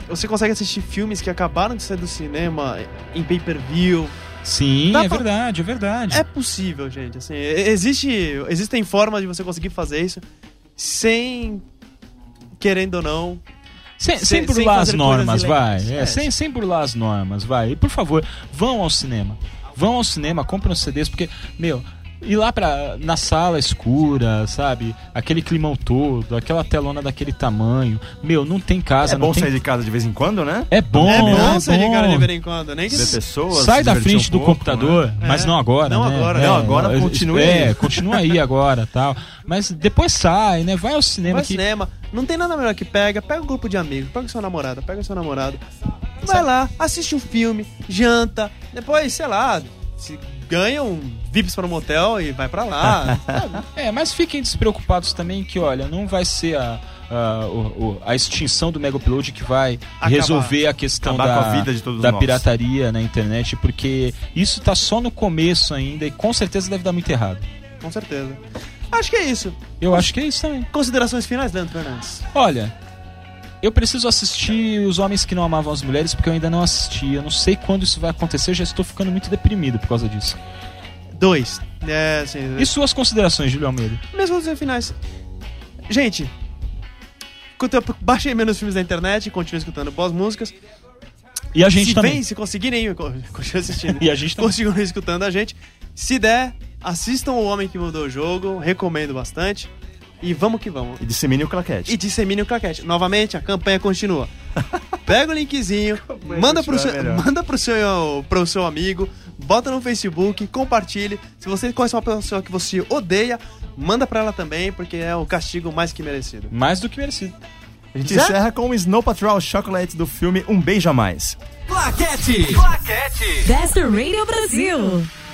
Speaker 3: você consegue assistir filmes que acabaram de sair do cinema em pay-per-view.
Speaker 4: Sim,
Speaker 3: Dá
Speaker 4: é
Speaker 3: pra-
Speaker 4: verdade, é verdade.
Speaker 3: É possível, gente. Assim, e- existe, existem formas de você conseguir fazer isso sem querendo ou não.
Speaker 4: Sem,
Speaker 3: Se- sem
Speaker 4: sem burlar as
Speaker 3: fazer
Speaker 4: normas,
Speaker 3: coisas ilegais.
Speaker 4: vai. É,
Speaker 3: É.
Speaker 4: sem, sem burlar as normas, vai. E por favor, vão ao cinema. Vão ao cinema, compram os CDs, porque, meu, ir lá pra, na sala escura, sabe? Aquele climão todo, aquela telona daquele tamanho. Meu, não tem casa,
Speaker 1: É
Speaker 4: não
Speaker 1: bom
Speaker 4: tem.
Speaker 1: sair de casa de vez em quando, né?
Speaker 4: É bom,
Speaker 3: é
Speaker 4: é
Speaker 3: bom sair de cara de
Speaker 4: bom.
Speaker 3: vez em quando, nem que
Speaker 1: Ver pessoas.
Speaker 4: Sai
Speaker 1: se
Speaker 4: da
Speaker 1: divertir
Speaker 4: frente
Speaker 1: um
Speaker 4: do
Speaker 1: pouco,
Speaker 4: computador,
Speaker 1: né?
Speaker 4: mas não agora.
Speaker 3: Não
Speaker 4: né?
Speaker 3: agora.
Speaker 4: É,
Speaker 1: Não, agora
Speaker 4: eu-
Speaker 1: continue
Speaker 4: É,
Speaker 1: aí.
Speaker 4: continua aí agora tal. Mas depois sai, né? Vai ao cinema
Speaker 3: Vai
Speaker 4: que.
Speaker 3: cinema. Não tem nada melhor que pega. Pega um grupo de amigos, pega sua namorada, pega seu namorado. Vai lá, assiste um filme, janta. Depois, sei lá, se ganha um VIPs para um motel e vai pra lá.
Speaker 4: É, mas fiquem despreocupados também que, olha, não vai ser a, a, o- o- a extinção do Mega Upload que vai
Speaker 3: Acabar.
Speaker 4: resolver a questão
Speaker 1: Acabar
Speaker 4: da,
Speaker 1: com a vida de todos
Speaker 4: da
Speaker 1: nós.
Speaker 4: pirataria na internet, porque isso tá só no começo ainda e com certeza deve dar muito errado.
Speaker 3: Com certeza. Acho que é isso.
Speaker 4: Eu acho que é isso também.
Speaker 3: Considerações finais, Leandro Fernandes.
Speaker 4: Olha, eu preciso assistir Os Homens que Não Amavam as Mulheres porque eu ainda não assisti. Eu não sei quando isso vai acontecer, eu já estou ficando muito deprimido por causa disso.
Speaker 3: Dois. É, assim,
Speaker 4: E suas considerações, Júlio Almeida?
Speaker 3: Mesmo nos finais. Gente, escuta- baixem menos filmes da internet, continuem escutando boas músicas.
Speaker 4: E a gente
Speaker 3: se
Speaker 4: também.
Speaker 3: vem, se conseguirem, co- continuem assistindo.
Speaker 4: E a gente também.
Speaker 3: continuem escutando a gente. Se der, assistam O Homem que Mudou o Jogo, recomendo bastante. E vamos que vamos.
Speaker 1: E dissemine o claquete.
Speaker 3: E dissemine o claquete. Novamente, a campanha continua. Pega o linkzinho, manda, pro
Speaker 1: continua é
Speaker 3: seu,
Speaker 1: melhor.
Speaker 3: manda pro, seu, pro seu amigo, bota no Facebook, compartilhe. Se você conhece uma pessoa que você odeia, manda pra ela também, porque é o castigo mais que merecido.
Speaker 4: Mais do que merecido.
Speaker 1: A gente
Speaker 3: Já?
Speaker 1: encerra com o Snow Patrol Chocolate do filme Um Beijo a Mais.
Speaker 2: Plaquete.
Speaker 5: Best Radio Brasil.